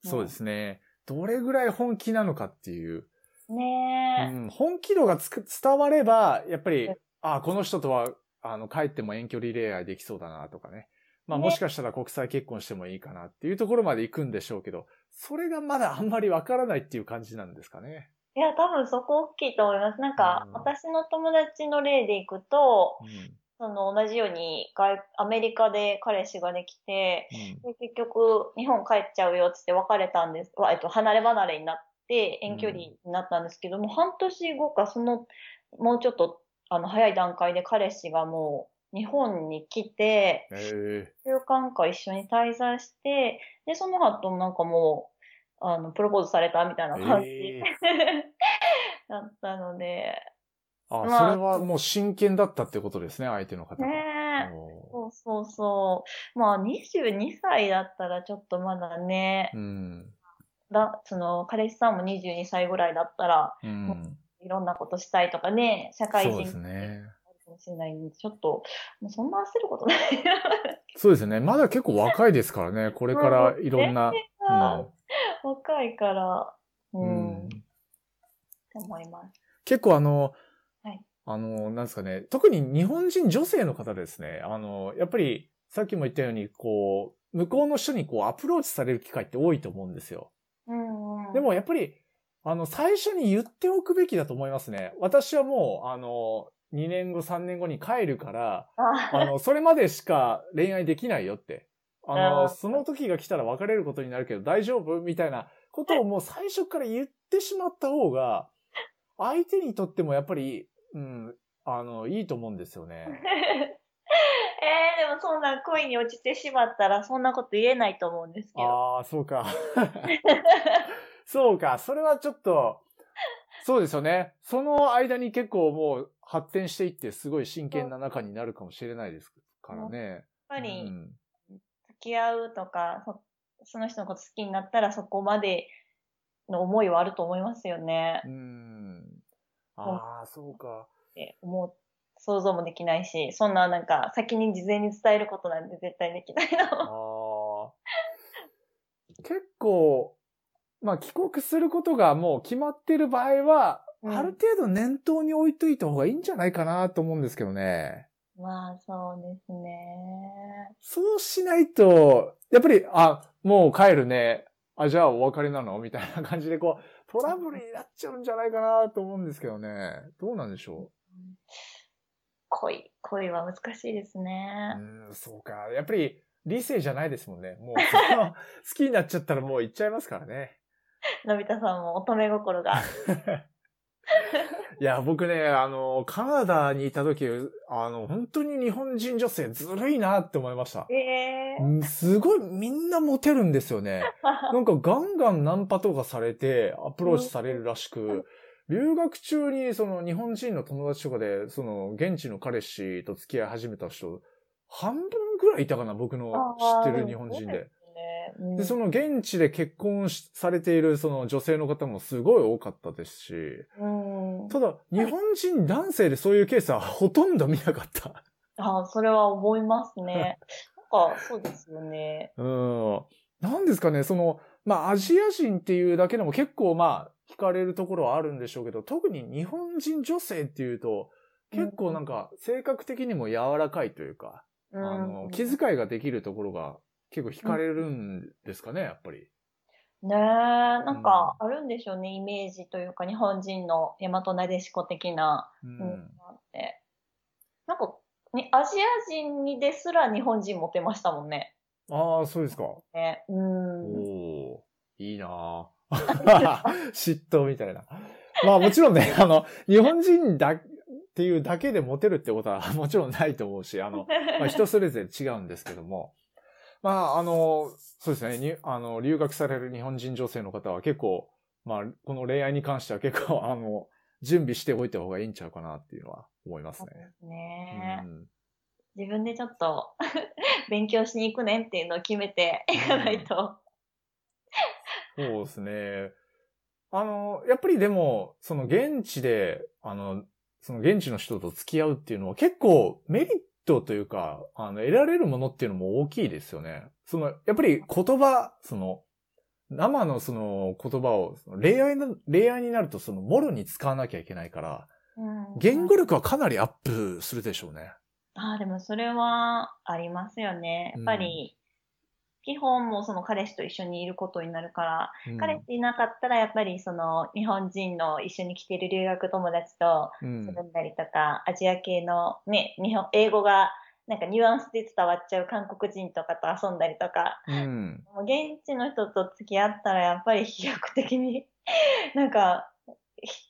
[SPEAKER 2] そうですね。どれぐらい本気なのかっていう。
[SPEAKER 1] ねえ。
[SPEAKER 2] うん、本気度がつく伝われば、やっぱり、ああ、この人とは、あの、帰っても遠距離恋愛できそうだなとかね。まあ、
[SPEAKER 1] ね
[SPEAKER 2] もしかしたら国際結婚してもいいかなっていうところまで行くんでしょうけど、それがまだあんまりわからないっていう感じなんですかね。
[SPEAKER 1] いや、多分そこ大きいと思います。なんか
[SPEAKER 2] うん
[SPEAKER 1] 私の友達の例でいくと、
[SPEAKER 2] うん。
[SPEAKER 1] その同じように外アメリカで彼氏ができて、
[SPEAKER 2] う
[SPEAKER 1] で
[SPEAKER 2] ん
[SPEAKER 1] 結局、日本帰っちゃうよっつって別れたんです。わえっと、離れ離れになって、遠距離になったんですけども、半年後か、その、もうちょっと、あの、早い段階で彼氏がもう、日本に来て、
[SPEAKER 2] え
[SPEAKER 1] 1週間か一緒に滞在して、で、その後なんかもう、あの、プロポーズされたみたいな
[SPEAKER 2] ー
[SPEAKER 1] 感じ、
[SPEAKER 2] えー
[SPEAKER 1] だったので、
[SPEAKER 2] あ、
[SPEAKER 1] まあ
[SPEAKER 2] それはもう真剣だったってことですね、相手の方が。
[SPEAKER 1] ねえ。そ
[SPEAKER 2] お
[SPEAKER 1] うそうそう。まあ、22歳だったらちょっとまだね
[SPEAKER 2] ー、うん。
[SPEAKER 1] だその、彼氏さんも22歳ぐらいだったら、
[SPEAKER 2] うん。
[SPEAKER 1] いろんなことしたいとかね、社会人
[SPEAKER 2] そう
[SPEAKER 1] に
[SPEAKER 2] ですね。
[SPEAKER 1] なるかもしれないんで、ちょっと、もうそんな焦ることない
[SPEAKER 2] そうですね。まだ結構若いですからね。これからいろんな。
[SPEAKER 1] な、若いから、う、
[SPEAKER 2] うんん
[SPEAKER 1] って思います。
[SPEAKER 2] 結構あの、
[SPEAKER 1] はい
[SPEAKER 2] あの、なんですかね、特に日本人女性の方ですね、あの、やっぱり、さっきも言ったように、こう、向こうの人にこうアプローチされる機会って多いと思うんですよ。
[SPEAKER 1] うん、うん。
[SPEAKER 2] で、もやっぱり、あの、最初に言っておくべきだと思いますね。私はもう、あの、2年後、3年後に帰るから、
[SPEAKER 1] あ
[SPEAKER 2] あの、それまでしか恋愛できないよって。あ
[SPEAKER 1] あ
[SPEAKER 2] の、
[SPEAKER 1] ー
[SPEAKER 2] その時が来たら別れることになるけど大丈夫みたいなことをもう最初から言ってしまった方が、 相手にとってもやっぱり、うん、あの、いいと思うんですよね。
[SPEAKER 1] えー、でもそんな恋に落ちてしまったら、そんなこと言えないと思うんですけど。
[SPEAKER 2] ああ、そ うか。そうか。それはちょっと、そうですよね。その間に結構もう発展していって、すごい真剣な仲になるかもしれないですからね。
[SPEAKER 1] やっぱり
[SPEAKER 2] う、ん
[SPEAKER 1] 付き合うとか、そその人のこと好きになったら、そこまでの思いはあると思いますよね
[SPEAKER 2] う。ん。ああ、そうか。
[SPEAKER 1] って思う。想像もできないし、そんななんか先に事前に伝えることなんて絶対できない
[SPEAKER 2] あ
[SPEAKER 1] の。
[SPEAKER 2] ー結構、まあ、帰国することがもう決まってる場合は、
[SPEAKER 1] うん
[SPEAKER 2] ある程度念頭に置いといた方がいいんじゃないかなと思うんですけどね。
[SPEAKER 1] まあそうですね。
[SPEAKER 2] そうしないと、やっぱり、あ、もう帰るね。あ、じゃあお別れなのみたいな感じで、こう、トラブルになっちゃうんじゃないかなと思うんですけどね。どうなんでしょ
[SPEAKER 1] 恋、恋は難しいです
[SPEAKER 2] うう
[SPEAKER 1] ね。
[SPEAKER 2] ん、そうか。やっぱり、理性じゃないですもんね。もう、その好きになっちゃったらもう行っちゃいますからね。
[SPEAKER 1] のび太さんも乙女心 が。
[SPEAKER 2] いや、僕ね、あの、カナダにいた時、あの、本当に日本人女性ずるいなって思いました。
[SPEAKER 1] ええ
[SPEAKER 2] うんすごいみんなモテるんですよね。なんかガンガンナンパとかされてアプローチされるらしく、留学中にその日本人の友達とかで、その現地の彼氏と付き合い始めた人、半分ぐらいいたかな、僕の知ってる日本人で。
[SPEAKER 1] ね。
[SPEAKER 2] で、そ
[SPEAKER 1] の、
[SPEAKER 2] の現地で結婚しされているその女性の方もすごい多かったですし、
[SPEAKER 1] うん。
[SPEAKER 2] ただ、日本人男性でそういうケースはほとんど見なかった。
[SPEAKER 1] あそれは思いますね。なんか、そうですよね。
[SPEAKER 2] うん。なんですかね、その、まあ、アジア人っていうだけでも結構まあ、惹かれるところはあるんでしょうけど、特に日本人女性っていうと、結構なんか、性格的にも柔らかいというか、
[SPEAKER 1] う
[SPEAKER 2] あ
[SPEAKER 1] ん
[SPEAKER 2] の、気遣いができるところが結構惹かれるんですかね、やっぱり。
[SPEAKER 1] ねえ、なんかあるんでしょうね、イメージというか、日本人の大和なでしこ的な、
[SPEAKER 2] う
[SPEAKER 1] うん
[SPEAKER 2] ん。
[SPEAKER 1] あって。なんか、ね、アジア人にですら日本人モテましたもんね。
[SPEAKER 2] ああ、そうですか。
[SPEAKER 1] ねうん。
[SPEAKER 2] おー、いいなぁ 嫉妬みたいな。まあもちろん ね、あの、日本人だっていうだけでモテるってことは もちろんないと思うし、あの、まあ、人それぞれ違うんですけども。まあ、あの、そうですね、にあの、留学される日本人女性の方は結構、まあ、この恋愛に関しては結構、あの、準備しておいた方がいいんちゃうかなっていうのは思います
[SPEAKER 1] そう
[SPEAKER 2] ね。
[SPEAKER 1] ですね
[SPEAKER 2] う。ん
[SPEAKER 1] 自分でちょっと 勉強しに行くねんっていうのを決めていかないと。
[SPEAKER 2] そうですね。あの、やっぱりでも、その現地で、あの、その現地の人と付き合うっていうのは結構メリットというか、あの、得られるものっていうのも大きいですよね。その、やっぱり言葉、その、生のその言葉を、その恋愛の、恋愛になるとその、もろに使わなきゃいけないから、
[SPEAKER 1] うん
[SPEAKER 2] 言語力はかなりアップするでしょうね。
[SPEAKER 1] ああ、でもそれはありますよね。やっぱり、基本もうその彼氏と一緒にいることになるから、
[SPEAKER 2] うん
[SPEAKER 1] 彼氏いなかったらやっぱりその日本人の一緒に来てる留学友達と
[SPEAKER 2] うん
[SPEAKER 1] つるんだりとか、アジア系のね、日本、英語がなんかニュアンスで伝わっちゃう韓国人とかと遊んだりとか、
[SPEAKER 2] うん。
[SPEAKER 1] もう現地の人と付き合ったらやっぱり飛躍的に なんか、ひ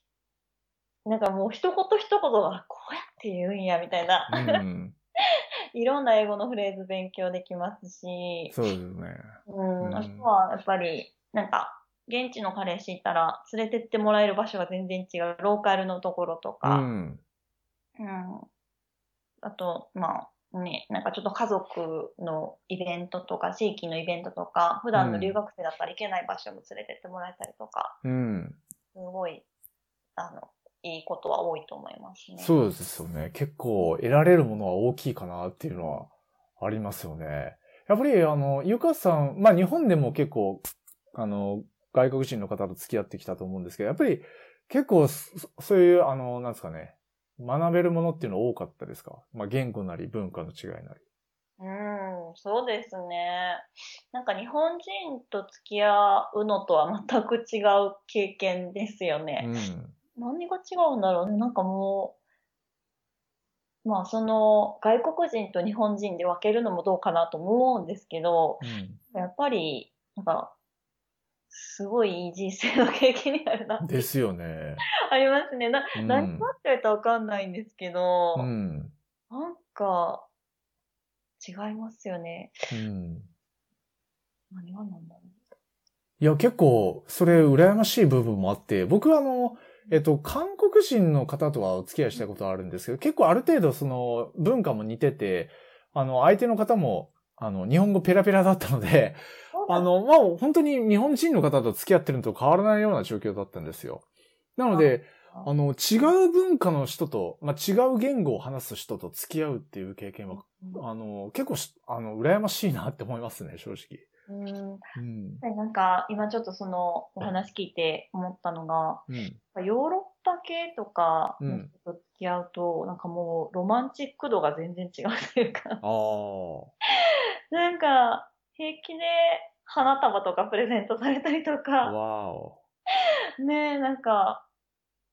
[SPEAKER 1] なんかもう一言一言がこうやって言うんやみたいな。
[SPEAKER 2] うん。
[SPEAKER 1] いろんな英語のフレーズ勉強できますし、
[SPEAKER 2] そうですね。
[SPEAKER 1] うん、
[SPEAKER 2] うん
[SPEAKER 1] あとはやっぱり、なんか、現地の彼氏いたら、連れてってもらえる場所が全然違う、ローカルのところと
[SPEAKER 2] う
[SPEAKER 1] か、
[SPEAKER 2] ん。
[SPEAKER 1] うん、あと、まあ、ね、なんかちょっと家族のイベントとか、地域のイベントとか、普段の留学生だったら行けない場所も連れてってもらえたりとか、
[SPEAKER 2] うん。
[SPEAKER 1] すごい、あの、いいことは多いと思いますね。
[SPEAKER 2] そうですよね。結構得られるものは大きいかなっていうのはありますよね。やっぱりあの、ゆかさん、まあ日本でも結構、あの、外国人の方と付き合ってきたと思うんですけど、やっぱり結構そそういう、あの、なんですかね、学べるものっていうの多かったですかまあ言語なり文化の違いなり。
[SPEAKER 1] うん、そうですね。なんか日本人と付き合うのとは全く違う経験ですよね。
[SPEAKER 2] ん。
[SPEAKER 1] 何が違うんだろうね。なんかもう、まあその外国人と日本人で分けるのもどうかなと思うんですけど、やっぱり、なんか、すごいいい人生の経験になるな
[SPEAKER 2] う。ん、ですよね。
[SPEAKER 1] ありますね。な、
[SPEAKER 2] うん
[SPEAKER 1] 何があってたか分かんないんですけど、
[SPEAKER 2] うん。
[SPEAKER 1] なんか、違いますよね。
[SPEAKER 2] うん。
[SPEAKER 1] 何がなんだろ
[SPEAKER 2] いや、結構、それ、羨ましい部分もあって、僕はあの、えっと、韓国人の方とはお付き合いしたことはあるんですけど、結構ある程度、その、文化も似てて、あの、相手の方も、あの、日本語ペラペラだったので、
[SPEAKER 1] う。
[SPEAKER 2] あの、まあ、本当に日本人の方と付き合ってるのと変わらないような状況だったんですよ。なので、
[SPEAKER 1] あ
[SPEAKER 2] あの、違う文化の人と、まあ、違う言語を話す人と付き合うっていう経験は、あの、結構し、あの、羨ましいなって思いますね、正直。
[SPEAKER 1] うん、
[SPEAKER 2] うん。
[SPEAKER 1] でなんか今ちょっとそのお話聞いて思ったのが、
[SPEAKER 2] うん。
[SPEAKER 1] ヨーロッパ系とか
[SPEAKER 2] うん
[SPEAKER 1] の人と付き合うと、なんかもうロマンチック度が全然違うというか、
[SPEAKER 2] ああ。
[SPEAKER 1] なんか平気で花束とかプレゼントされたりと か、
[SPEAKER 2] わお。
[SPEAKER 1] ねえ、なんか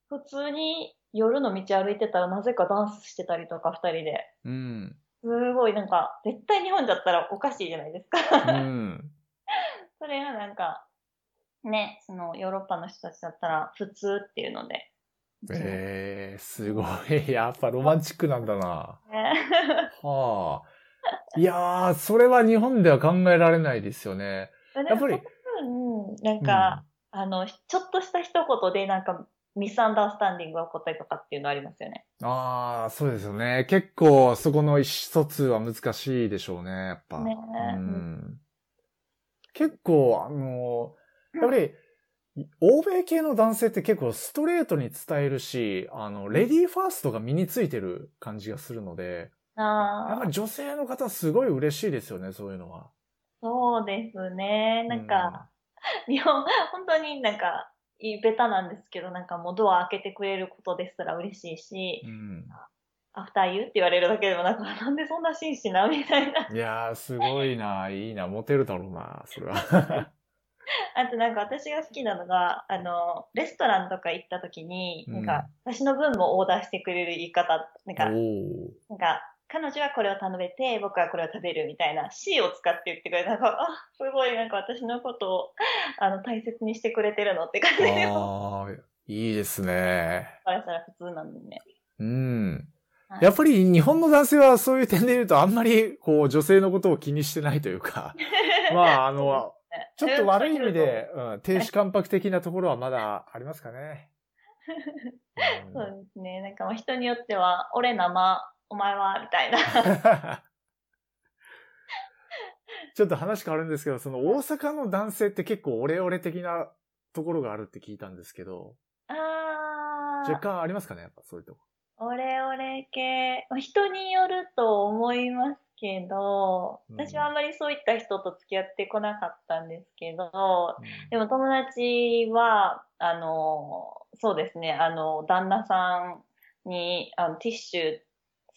[SPEAKER 1] 普通に夜の道歩いてたらなぜかダンスしてたりとか二人で。
[SPEAKER 2] うん。
[SPEAKER 1] すごいなんか絶対日本だったらおかしいじゃないですか。
[SPEAKER 2] うん。
[SPEAKER 1] それがなんか、ね、そのヨーロッパの人たちだったら普通っていうので。
[SPEAKER 2] えー、すごい。やっぱロマンチックなんだな。
[SPEAKER 1] ね
[SPEAKER 2] はあ。いやー、それは日本では考えられないですよね。
[SPEAKER 1] や
[SPEAKER 2] やっぱり。
[SPEAKER 1] うん、なんか、あの、ちょっとした一言でなんかミスアンダースタンディングが起こったりとかっていうのありますよね。
[SPEAKER 2] ああ、そうですよね。結構、そこの意思疎通は難しいでしょうね、やっぱ。
[SPEAKER 1] ね
[SPEAKER 2] うん、結構、あのー、やっぱり、欧米系の男性って結構ストレートに伝えるし、あの、レディーファーストが身についてる感じがするので、やっ
[SPEAKER 1] あ
[SPEAKER 2] ぱ
[SPEAKER 1] あ、
[SPEAKER 2] り女性の方すごい嬉しいですよね、そういうのは。
[SPEAKER 1] そうですね。なんか、日本、 本当になんか、いいベタなんですけど、なんかもうドア開けてくれることですら嬉しいし
[SPEAKER 2] う、ん、
[SPEAKER 1] アフターユーって言われるだけでもなんか、 なんでそんな紳士なみたいな。
[SPEAKER 2] うん。いやー、すごいな、いいな、モテるだろうな、それは。
[SPEAKER 1] あとなんか私が好きなのが、あの、レストランとか行った時に、
[SPEAKER 2] う
[SPEAKER 1] なんんか、私の分もオーダーしてくれる言い方、なんか、
[SPEAKER 2] お
[SPEAKER 1] なんか、彼女はこれを頼めて、僕はこれを食べるみたいな C を使って言ってくれたのが、あ、すごいなんか私のことを、あの、大切にしてくれてるのって感じで、も
[SPEAKER 2] お。ああ、いいですね。
[SPEAKER 1] からしたら普通なんでね。
[SPEAKER 2] うん
[SPEAKER 1] は。い
[SPEAKER 2] やっぱり日本の男性はそういう点で言うとあんまりこう女性のことを気にしてないとい うか、まああの、ちょっと悪い意味で、うん、低視関白的なところはまだありますかね。うん
[SPEAKER 1] そうですね。なんかもう人によっては、俺生、お前は、みたいな。
[SPEAKER 2] ちょっと話変わるんですけど、その大阪の男性って結構オレオレ的なところがあるって聞いたんですけど、
[SPEAKER 1] あー
[SPEAKER 2] 若干ありますかねやっぱそういうとこ。
[SPEAKER 1] オレオレ系、まあ人によると思いますけど、
[SPEAKER 2] うん
[SPEAKER 1] 私はあんまりそういった人と付き合ってこなかったんですけど、
[SPEAKER 2] うん
[SPEAKER 1] でも友達は、あの、そうですね、あの、旦那さんにあのティッシュ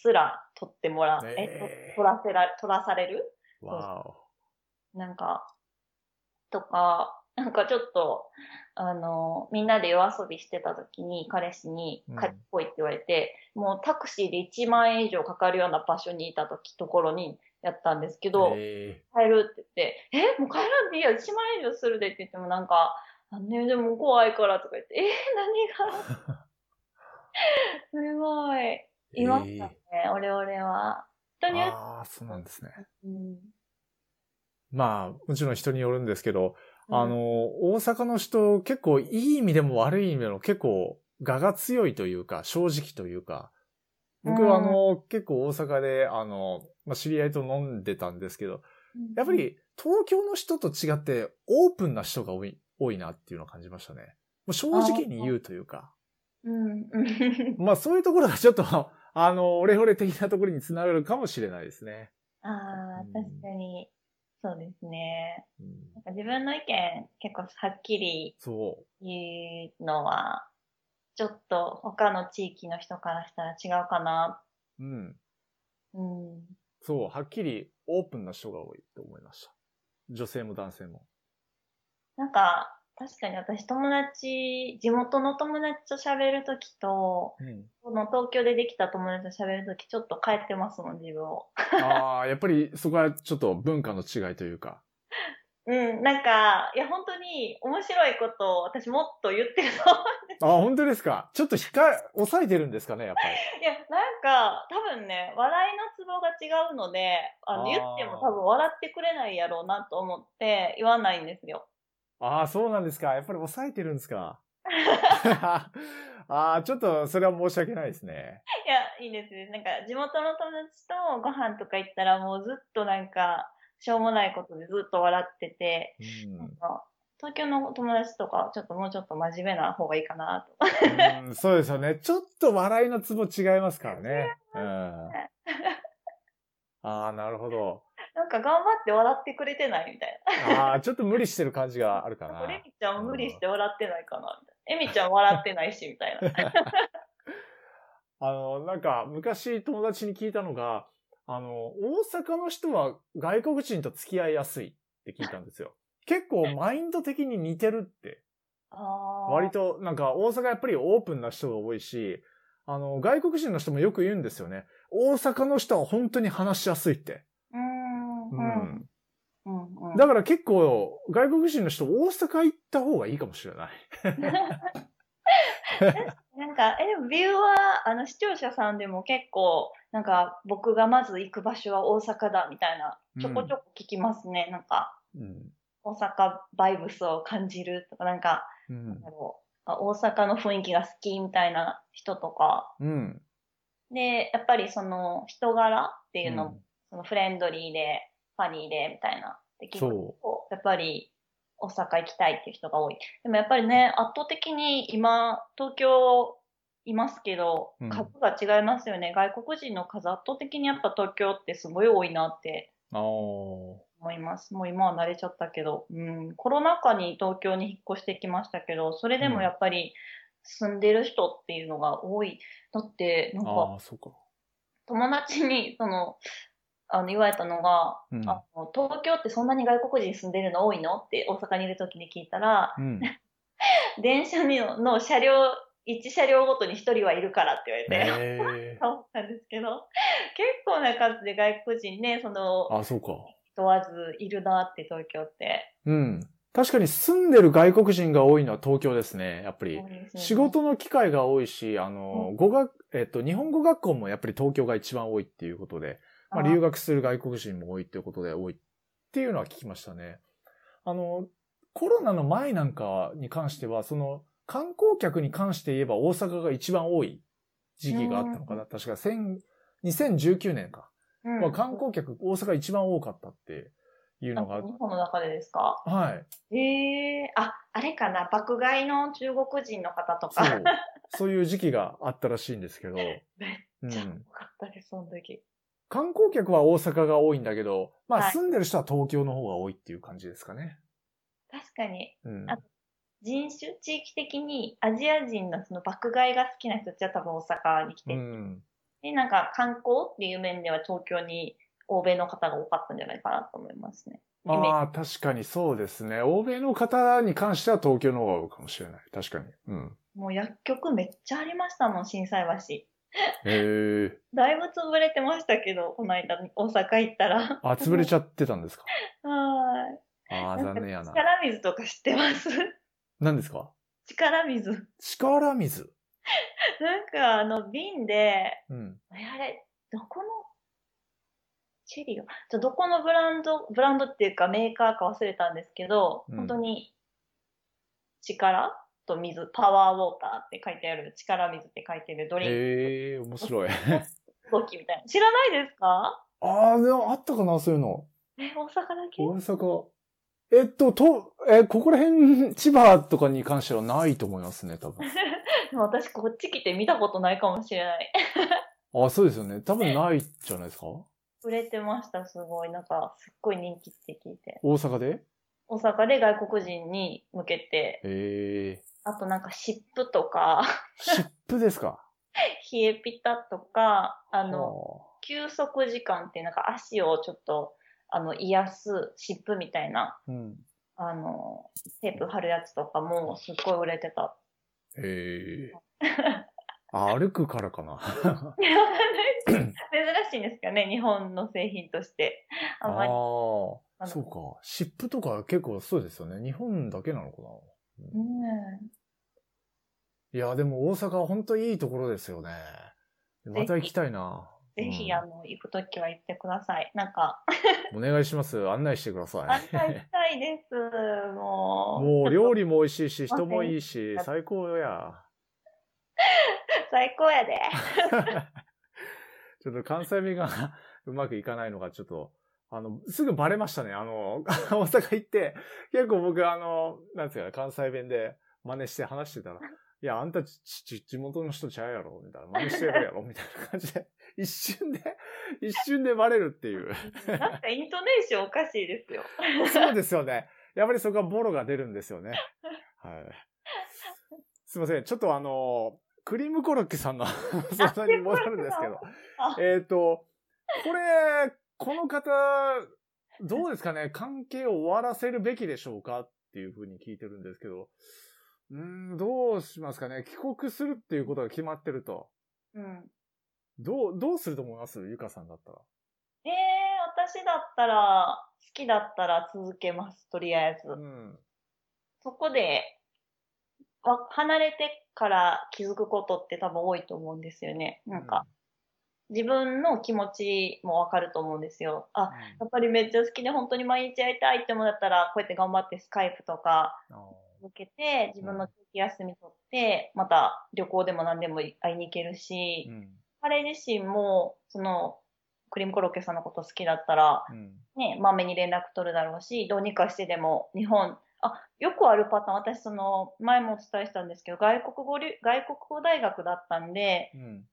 [SPEAKER 1] すら取ってもらう、
[SPEAKER 2] えー
[SPEAKER 1] え、と取らせら、取らされる
[SPEAKER 2] わお。
[SPEAKER 1] なんか、とか、なんかちょっと、あの、みんなで夜遊びしてた時に彼氏に
[SPEAKER 2] うん
[SPEAKER 1] 帰ってこいって言われて、もうタクシーで1万円以上かかるような場所にいた時、ところにやったんですけど、
[SPEAKER 2] え
[SPEAKER 1] 帰るって言って、え、もう帰らんでいいや、1万円以上するでって言ってもなんか、あね、でも怖いからとか言って、え何がすごい。
[SPEAKER 2] ー
[SPEAKER 1] いましたね、オレオレは。人によっ
[SPEAKER 2] ああ、そうなんですね。
[SPEAKER 1] うん
[SPEAKER 2] まあ、もちろん人によるんですけど、あの、大阪の人、結構いい意味でも悪い意味でも結構、我が強いというか、正直というか、僕はあの、結構大阪で、あの、まあ、知り合いと飲んでたんですけど、
[SPEAKER 1] うん
[SPEAKER 2] やっぱり東京の人と違ってオープンな人が多い、多いなっていうのを感じましたね。もう正直に言うというか、
[SPEAKER 1] うん。うん。
[SPEAKER 2] まあそういうところがちょっと、 あの、オレオレ的なところにつながるかもしれないですね。
[SPEAKER 1] ああ、確かに。そうですね。
[SPEAKER 2] うん
[SPEAKER 1] なんか自分の意見結構はっきり
[SPEAKER 2] そう。
[SPEAKER 1] 言うのは、ちょっと他の地域の人からしたら違うかな。
[SPEAKER 2] うん。
[SPEAKER 1] うん。
[SPEAKER 2] そう、はっきりオープンな人が多いと思いました。女性も男性も。
[SPEAKER 1] なんか、確かに私友達、地元の友達と喋るときと、
[SPEAKER 2] うん、
[SPEAKER 1] この東京でできた友達と喋るときちょっと変えてますもん、自分を。
[SPEAKER 2] ああ、やっぱりそこはちょっと文化の違いというか。
[SPEAKER 1] うん、なんか、いや本当に面白いことを私もっと言ってると思う
[SPEAKER 2] ああ、本当ですか。ちょっと控え、抑えてるんですかね、やっぱり。
[SPEAKER 1] いや、なんか、多分ね、笑いのツボが違うので、あの
[SPEAKER 2] あー
[SPEAKER 1] 言っても多分笑ってくれないやろうなと思って言わないんですよ。
[SPEAKER 2] ああ、そうなんですか。やっぱり抑えてるんです か。ああ、ちょっとそれは申し訳ないですね。
[SPEAKER 1] いや、いいですね。なんか、地元の友達とご飯とか行ったらもうずっとなんか、しょうもないことでずっと笑ってて、
[SPEAKER 2] うん
[SPEAKER 1] なんか東京の友達とか、ちょっともうちょっと真面目な方がいいかなと。
[SPEAKER 2] うんそうですよね。ちょっと笑いのツボ違いますからね。うん、ああ、なるほ ど。
[SPEAKER 1] なんか、頑張って笑ってくれてないみたい
[SPEAKER 2] ああ、ちょっと無理してる感じがあるか
[SPEAKER 1] な。
[SPEAKER 2] な
[SPEAKER 1] こ。れ、エミちゃん無理して笑ってないかなみたいな。エミちゃん笑ってないし、みたい な。
[SPEAKER 2] あの、なんか、昔友達に聞いたのが、あの、大阪の人は外国人と付き合いやすいって聞いたんですよ。結構マインド的に似てるって。
[SPEAKER 1] あー
[SPEAKER 2] 割と、なんか大阪やっぱりオープンな人が多いし、あの、外国人の人もよく言うんですよね。大阪の人は本当に話しやすいって。
[SPEAKER 1] うーん。
[SPEAKER 2] う
[SPEAKER 1] うん
[SPEAKER 2] ん。
[SPEAKER 1] うんうん
[SPEAKER 2] だから結構、外国人の人大阪行った方がいいかもしれない。
[SPEAKER 1] なんか、え、でもビューは、あの、視聴者さんでも結構、なんか、僕がまず行く場所は大阪だ、みたいな、ちょこちょこ聞きますね。なんか、
[SPEAKER 2] うん。
[SPEAKER 1] 大阪バイブスを感じるとか、なんか、
[SPEAKER 2] うん
[SPEAKER 1] なん。だろうあ大阪の雰囲気が好きみたいな人とか。
[SPEAKER 2] うん。
[SPEAKER 1] で、やっぱりその、人柄っていうのも、
[SPEAKER 2] うん
[SPEAKER 1] そのフレンドリーで、ファニーで、みたいな。で聞く
[SPEAKER 2] そ
[SPEAKER 1] とやっぱり、大阪行きたいっていう人が多い。でもやっぱりね、圧倒的に今、東京いますけど
[SPEAKER 2] うん、
[SPEAKER 1] 数が違いますよね。外国人の数、圧倒的にやっぱ東京ってすごい多いなって
[SPEAKER 2] う。ああ。
[SPEAKER 1] 思います。もう今は慣れちゃったけど、うん、コロナ禍に東京に引っ越してきましたけど、それでもやっぱり住んでる人っていうのが多い。だって、なんか、
[SPEAKER 2] ああ、そうか。
[SPEAKER 1] 友達に、その、あの言われたのが、
[SPEAKER 2] うん。
[SPEAKER 1] あの東京ってそんなに外国人住んでるの多いのって大阪にいる時に聞いたら、
[SPEAKER 2] うん。
[SPEAKER 1] 電車のの車両、1車両ごとに1人はいるからって言われて、
[SPEAKER 2] ええ
[SPEAKER 1] 思ったんですけど、結構な数で外国人ね、その、
[SPEAKER 2] あ、そうか。
[SPEAKER 1] 問わずいるなって東京って。
[SPEAKER 2] うん。確かに住んでる外国人が多いのは東京ですね、やっぱり。仕事の機会が多いし、あの、語学、えっと、日本語学校もやっぱり東京が一番多いっていうことで、まあ、留
[SPEAKER 1] 由
[SPEAKER 2] 学する外国人も多いっていうことで多いっていうのは聞きましたね。あの、コロナの前なんかに関しては、その、観光客に関して言えば大阪が一番多い時期があったのかな。確か、千2019年か。まあ、観光客大阪一番多かったっていうのがあっ
[SPEAKER 1] 日本の中でですか
[SPEAKER 2] はい。
[SPEAKER 1] ええあ、あれかな、爆買いの中国人の方と
[SPEAKER 2] そ
[SPEAKER 1] か。
[SPEAKER 2] う。そういう時期があったらしいんですけど。う
[SPEAKER 1] めっちゃ多
[SPEAKER 2] ん。
[SPEAKER 1] かったです、その時。
[SPEAKER 2] 観光客は大阪が多いんだけど、ま
[SPEAKER 1] は
[SPEAKER 2] あ
[SPEAKER 1] い
[SPEAKER 2] 住んでる人は東京の方が多いっていう感じですかね。
[SPEAKER 1] 確かに、
[SPEAKER 2] うん。
[SPEAKER 1] あ人種、地域的にアジア人のその爆買いが好きな人たちは多分大阪に来て、
[SPEAKER 2] うん。
[SPEAKER 1] で、なんか観光っていう面では東京に欧米の方が多かったんじゃないかなと思いますね。
[SPEAKER 2] まあ確かにそうですね。欧米の方に関しては東京の方が多いかもしれない。確かに。うん。
[SPEAKER 1] もう薬局めっちゃありましたもん、震災橋。
[SPEAKER 2] へえ。
[SPEAKER 1] だいぶ潰れてましたけど、この間大阪行ったら。
[SPEAKER 2] あ、潰れちゃってた んですか。
[SPEAKER 1] は
[SPEAKER 2] あ
[SPEAKER 1] ー
[SPEAKER 2] あ、
[SPEAKER 1] い。
[SPEAKER 2] 残念やな。
[SPEAKER 1] 力水とか知ってます
[SPEAKER 2] 何ですか
[SPEAKER 1] 力水。 なん
[SPEAKER 2] 力水。
[SPEAKER 1] かあの瓶で、
[SPEAKER 2] うん。
[SPEAKER 1] あれあれ、どこの、チェリオちょどこのブランド、ブランドっていうかメーカーか忘れたんですけど、
[SPEAKER 2] うん
[SPEAKER 1] 本当に、力と水、パワーウォーターって書いてある、力水って書いてるドリンク
[SPEAKER 2] へえ、面白い。
[SPEAKER 1] 動きみたいな。知らないですか
[SPEAKER 2] ああ、でもあったかな、そういうの。
[SPEAKER 1] え、大阪だけ
[SPEAKER 2] 大阪。えっと、と、え、ここら辺、千葉とかに関してはないと思いますね、多分。
[SPEAKER 1] でも私こっち来て見たことないかもしれない。
[SPEAKER 2] あ、そうですよね。多分ないじゃないですか
[SPEAKER 1] 売れてました、すごい。なんか、すっごい人気って聞いて。
[SPEAKER 2] 大阪で
[SPEAKER 1] 大阪で外国人に向けて、
[SPEAKER 2] ええ
[SPEAKER 1] あとなんか、湿布とか、
[SPEAKER 2] 湿布ですか
[SPEAKER 1] 冷えピタとか、あ
[SPEAKER 2] あ
[SPEAKER 1] の、休息時間ってなんか足をちょっと、あの、癒す湿布みたいな、
[SPEAKER 2] ーうん。
[SPEAKER 1] あの、テープ貼るやつとかもすっごい売れてた。
[SPEAKER 2] ええあ、歩くからかな。
[SPEAKER 1] いやわかんないです珍しいんですかね、日本の製品として。あんまり。
[SPEAKER 2] ああ、そうか。湿布とか結構そうですよね。日本だけなのかな。
[SPEAKER 1] うん
[SPEAKER 2] いや、でも大阪は本当いいところですよね。また行きたいな。
[SPEAKER 1] ぜひ、あの、行くときは行ってください。なんか、
[SPEAKER 2] うんお願いします。案内してくださ
[SPEAKER 1] あ
[SPEAKER 2] い。
[SPEAKER 1] たしたいです。もう。
[SPEAKER 2] もう
[SPEAKER 1] ちょっ
[SPEAKER 2] 料理も美味しいし、人もいい し、最高や。
[SPEAKER 1] と最高やで。
[SPEAKER 2] ちょっと関西弁が うまくいかないのがちょっと、あの、すぐバレましたね。あの、 大阪行って、結構僕あの、なんつうか、関西弁で真似して話してたら、いや、あんたち、ち、ち地元の人ちゃうやろみたいな。真似してるやろみたいな感じで、一瞬で、一瞬でバレるっていう。
[SPEAKER 1] なんかイントネーションおかしいですよ。
[SPEAKER 2] そうですよね。やっぱりそこはボロが出るんですよね。はい。すいません。ちょっとあの、クリームコロッケさんの 相談に戻るんですけど。えっと、これ、この方、どうですかね関係を終わらせるべきでしょうかっていうふうに聞いてるんですけど。うーん、どうしますかね帰国するっていうことが決まってると。
[SPEAKER 1] うん。
[SPEAKER 2] どう、どうすると思いますゆかさんだったら。
[SPEAKER 1] えー、私だったら、好きだったら続けます、とりあえず。
[SPEAKER 2] うん。
[SPEAKER 1] そこで、わ離れてから気づくことって多分多いと思うんですよね。なんか、自分の気持ちもわかると思うんですよ。あ、やっぱりめっちゃ好きで本当に毎日会いたいってもんだったら、こうやって頑張ってスカイプとか、
[SPEAKER 2] うん、あ
[SPEAKER 1] 向けて、自分の長期休み取って、また旅行でも何でも会いに行ける
[SPEAKER 2] ー
[SPEAKER 1] し
[SPEAKER 2] う、ん。
[SPEAKER 1] 彼自身も、その、クリームコロッケさんのこと好きだったら、
[SPEAKER 2] うん。
[SPEAKER 1] ね、まめに連絡取るだろうし、どうにかしてでも日本、あ、よくあるパターン、私その、前もお伝えしたんですけど、外国語留、外国語大学だったんで、
[SPEAKER 2] うん。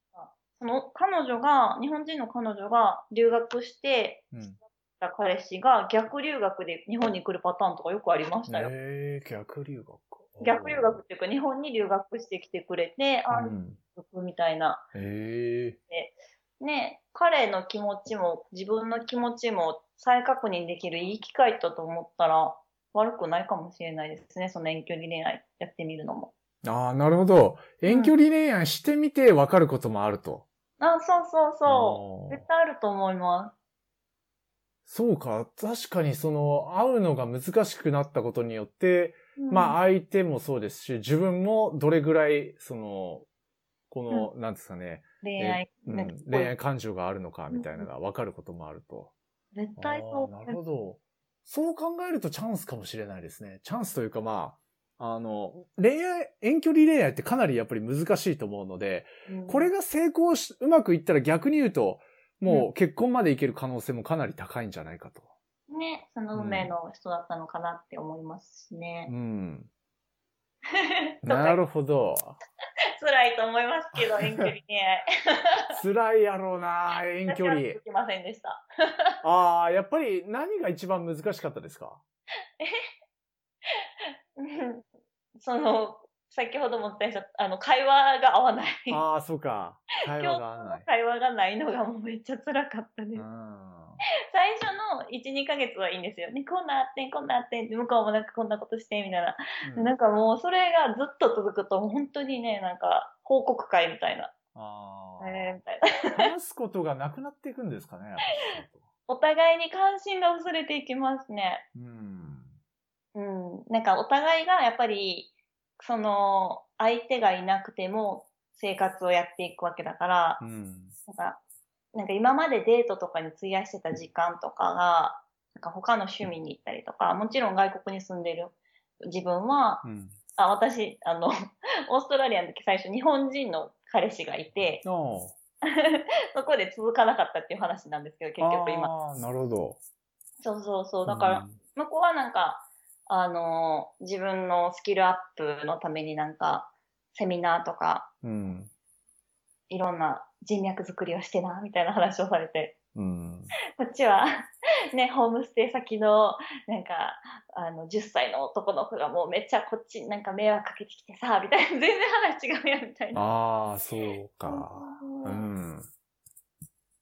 [SPEAKER 1] その、彼女が、日本人の彼女が留学して
[SPEAKER 2] うん。
[SPEAKER 1] た彼氏が逆留学で日本に来るパターンとかよくありましたよ。
[SPEAKER 2] ええ逆留学か。
[SPEAKER 1] 逆留学っていうか、日本に留学してきてくれて、あ
[SPEAKER 2] うん。
[SPEAKER 1] みたいな。
[SPEAKER 2] ええ
[SPEAKER 1] ね、彼の気持ちも自分の気持ちも再確認できるいい機会だと思ったら悪くないかもしれないですね。その遠距離恋愛やってみるのも。
[SPEAKER 2] ああ、なるほど。遠距離恋愛してみて分かることもあると。
[SPEAKER 1] あ、そうそうそう。
[SPEAKER 2] あー
[SPEAKER 1] 絶対あると思いま
[SPEAKER 2] そうか。確かにその、会うのが難しくなったことによって、
[SPEAKER 1] す。うん
[SPEAKER 2] まあ相手もそうですし、自分もどれぐらい、その、この、なんですかね、
[SPEAKER 1] 恋愛、
[SPEAKER 2] うん
[SPEAKER 1] なんか
[SPEAKER 2] 恋愛感情があるのかみたいなのが分かることもあると。
[SPEAKER 1] 絶対そう。
[SPEAKER 2] あーなるほど。そう考えるとチャンスかもしれないですね。チャンスというかまあ、あの、恋愛、遠距離恋愛ってかなりやっぱり難しいと思うので、
[SPEAKER 1] うん
[SPEAKER 2] これが成功し、うまくいったら逆に言うと、もう結婚までいける可能性もかなり高いんじゃないかと。
[SPEAKER 1] ね、その運命の人だったのかなって思いますしね
[SPEAKER 2] う。ん。
[SPEAKER 1] とか
[SPEAKER 2] なるほど。
[SPEAKER 1] 辛いと思いますけど、遠距離恋愛。
[SPEAKER 2] 辛いやろうな遠 距離
[SPEAKER 1] 私は。できませんでした。
[SPEAKER 2] ああ、やっぱり何が一番難しかったで すか
[SPEAKER 1] うんその、先ほどもお伝えした、あの、会話が合わない。
[SPEAKER 2] ああ、そうか。会話が合わない。
[SPEAKER 1] 会話がないのがもうめっちゃ辛かった です。
[SPEAKER 2] うん
[SPEAKER 1] 最初の1、2ヶ月はいいんですよ。ね、こんなあってん、こんなあってんって、向こうもなんかこんなことして、みたいな。
[SPEAKER 2] うん
[SPEAKER 1] なんかもうそれがずっと続くと、もう本当にね、なんか報告会みたいな。
[SPEAKER 2] あ
[SPEAKER 1] えーみたいな。
[SPEAKER 2] あ。話すことがなくなっていくんですかね、やっぱりそう
[SPEAKER 1] お互いに関心が薄れていきますね。
[SPEAKER 2] するとうん。
[SPEAKER 1] うん。なんかお互いがやっぱり、その、相手がいなくても生活をやっていくわけだから、
[SPEAKER 2] うん。
[SPEAKER 1] なんか、なんか今までデートとかに費やしてた時間とかが、なんか他の趣味に行ったりとか、もちろん外国に住んでる自分は、
[SPEAKER 2] うん。
[SPEAKER 1] あ、私、あの、 オーストラリアの時最初日本人の彼氏がいて、
[SPEAKER 2] お
[SPEAKER 1] そこで続かなかったっていう話なんですけど、結局今。
[SPEAKER 2] ああ、なるほど。
[SPEAKER 1] そうそうそう。だから、向こうはなんか、あのー自分のスキルアップのためになんか、セミナーとか、
[SPEAKER 2] うん。
[SPEAKER 1] いろんな人脈作りをしてな、みたいな話をされて、
[SPEAKER 2] うん。
[SPEAKER 1] こっちは、 ね、ホームステイ先の、なんか、あの、10歳の男の子がもうめっちゃこっちになんか迷惑かけてきてさ、みたいな、全然話違うやん、みたいな。
[SPEAKER 2] ああ、そうか。う
[SPEAKER 1] うん
[SPEAKER 2] ん。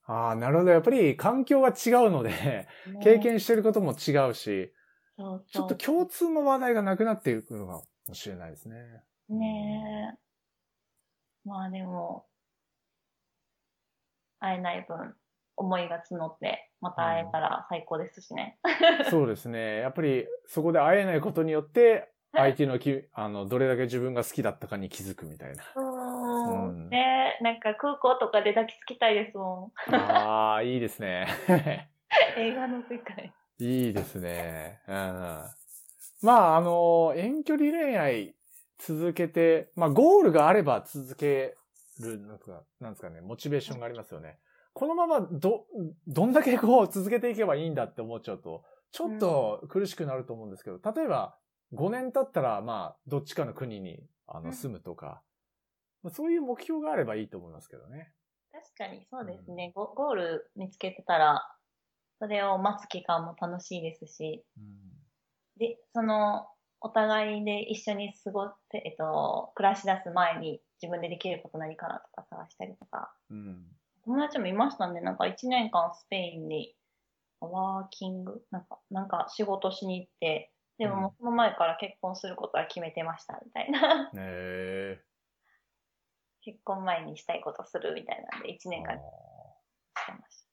[SPEAKER 2] ああ、なるほど。やっぱり環境が違うので、経験してることも違うし、
[SPEAKER 1] そう
[SPEAKER 2] ち
[SPEAKER 1] そ
[SPEAKER 2] ょ
[SPEAKER 1] う
[SPEAKER 2] っと共通の話題がなくなっていくのかもしれないですね。
[SPEAKER 1] ねえ。まあでも、会えない分、思いが募って、また会えたら最高ですしね。
[SPEAKER 2] そうですね。やっぱりそこで会えないことによって、相手のき、あの、どれだけ自分が好きだったかに気づくみたいな。
[SPEAKER 1] うん
[SPEAKER 2] うん
[SPEAKER 1] ねえ、なんか空港とかで抱きつきたいですもん。
[SPEAKER 2] ああ、いいですね。
[SPEAKER 1] 映画の世界。
[SPEAKER 2] いいですね。うん。まあ、あの、遠距離恋愛続けて、まあ、ゴールがあれば続ける、なんですか、なんですかね、モチベーションがありますよね。このまま、ど、どんだけこう続けていけばいいんだって思っちゃうと、ちょっと苦しくなると思うんですけど、例えば、5年経ったら、まあ、どっちかの国に、あ
[SPEAKER 1] うん
[SPEAKER 2] の、住むとか、まあそういう目標があればいいと思いますけどね。
[SPEAKER 1] 確かにそうですね。ゴゴール見つけてたら、それを待つ期間も楽しいですし、で、その、お互いで一緒に過ごって、えっと、暮らし出す前に自分でできること何かなとか探したりとか、
[SPEAKER 2] うん。
[SPEAKER 1] 友達もいましたね。なんか1年間スペインにワーキングなんか、なんか仕事しに行って、でももうその前から結婚することは決めてましたみたいな。
[SPEAKER 2] ねえ。
[SPEAKER 1] 結婚前にしたいことするみたいなんで、1年間してました。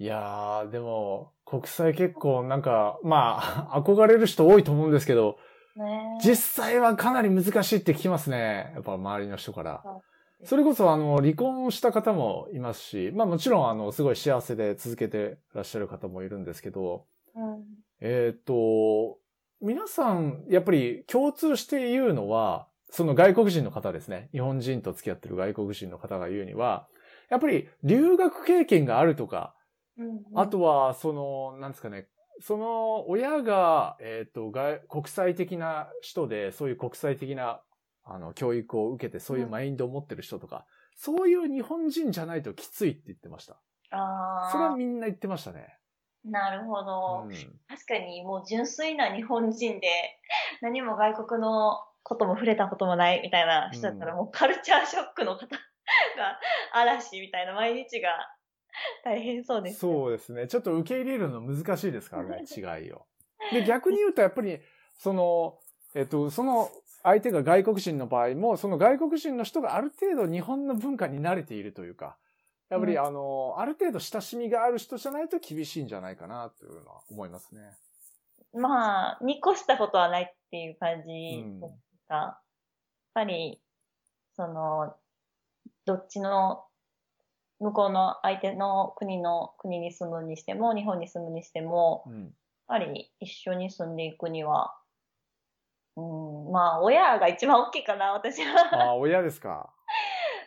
[SPEAKER 2] いやー、でも、国際結婚なんか、まあ、 憧れる人多いと思うんですけど、
[SPEAKER 1] ねえ。
[SPEAKER 2] 実際はかなり難しいって聞きますね。やっぱ周りの人から
[SPEAKER 1] そ。
[SPEAKER 2] それこそ、あの、離婚した方もいますし、まあもちろん、あの、すごい幸せで続けてらっしゃる方もいるんですけど、
[SPEAKER 1] うん。
[SPEAKER 2] えっ、と、皆さん、やっぱり共通して言うのは、その外国人の方ですね。日本人と付き合ってる外国人の方が言うには、やっぱり留学経験があるとか、
[SPEAKER 1] うん、
[SPEAKER 2] あとは、その、なんですかね、その親が、えっ、と、外、国際的な人で、そういう国際的な、あの、教育を受けて、そういうマインドを持ってる人とか、そういう日本人じゃないときついって言ってました。
[SPEAKER 1] あ
[SPEAKER 2] それは
[SPEAKER 1] あ、
[SPEAKER 2] みんな言ってましたね。
[SPEAKER 1] なるほど、
[SPEAKER 2] うん
[SPEAKER 1] 確かにもう純粋な日本人で、 何も外国のことも触れたこともないみたいな人だったら、
[SPEAKER 2] う
[SPEAKER 1] もうカルチャーショックの方嵐みたいな毎日が大変そうです。
[SPEAKER 2] そうですね。ちょっと受け入れるの難しいですから ね、違いを。で、逆に言うと、やっぱり、その、えっと、その相手が外国人の場合も、その外国人の人がある程度日本の文化に慣れているというか、やっぱり、
[SPEAKER 1] うん
[SPEAKER 2] あの、ある程度親しみがある人じゃないと厳しいんじゃないかな、というのは思いますね。
[SPEAKER 1] まあ、見越したことはないっていう感じですか。やっぱり、その、どっちの、向こうの相手の国の国に住むにしても、日本に住むにしても、
[SPEAKER 2] うん。
[SPEAKER 1] やっぱり一緒に住んでいくには、うん、まあ、親が一番大きいかな、私は。
[SPEAKER 2] ああ、親ですか。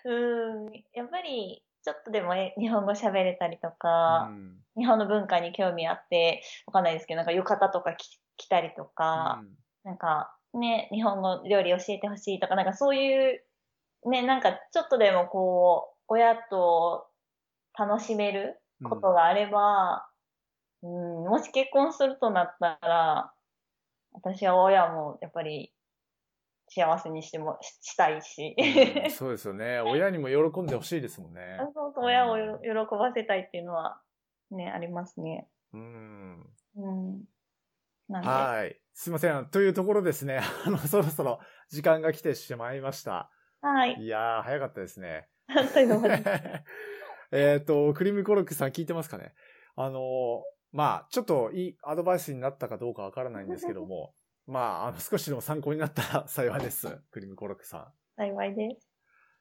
[SPEAKER 1] うん、 やっぱり、ちょっとでもえ日本語喋れたりと
[SPEAKER 2] う
[SPEAKER 1] か、
[SPEAKER 2] ん。
[SPEAKER 1] 日本の文化に興味あって、わかんないですけど、なんか浴衣とか着着たりとか、
[SPEAKER 2] うん
[SPEAKER 1] なんかね、日本語料理教えてほしいとか、なんかそういう、ね、なんかちょっとでもこう、親と楽しめることがあれば、うん、もし結婚するとなったら、私は親もやっぱり幸せにしても、ししたいし。
[SPEAKER 2] うんそうですよね。親にも喜んでほしいですもんね。
[SPEAKER 1] そうそう、親をよ喜ばせたいっていうのは、ね、ありますね。
[SPEAKER 2] うん。
[SPEAKER 1] うん。なんで、
[SPEAKER 2] はい。すいません。というところですね。 あの、そろそろ時間が来てしまいました。
[SPEAKER 1] はい。
[SPEAKER 2] いやー、早かったですね。
[SPEAKER 1] という ことで
[SPEAKER 2] えっと、クリームコロックさん聞いてますかねあのーまあ、ちょっといいアドバイスになったかどうかわからないんですけども、 まあ、あの、少しでも参考になったら幸いです。クリームコロックさん。
[SPEAKER 1] 幸い です。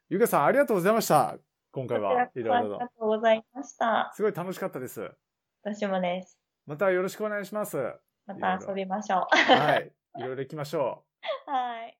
[SPEAKER 2] ゆかさん、ありがとうございました。今
[SPEAKER 1] こ
[SPEAKER 2] 回は、い
[SPEAKER 1] ちらこそあ
[SPEAKER 2] ろい
[SPEAKER 1] り
[SPEAKER 2] ろと
[SPEAKER 1] が。とうございました。
[SPEAKER 2] すごい楽しかったです。
[SPEAKER 1] 私もです。
[SPEAKER 2] またよろしくお願いします。
[SPEAKER 1] また遊びましょ
[SPEAKER 2] はい。いろいろ行きましょう。
[SPEAKER 1] う。はい。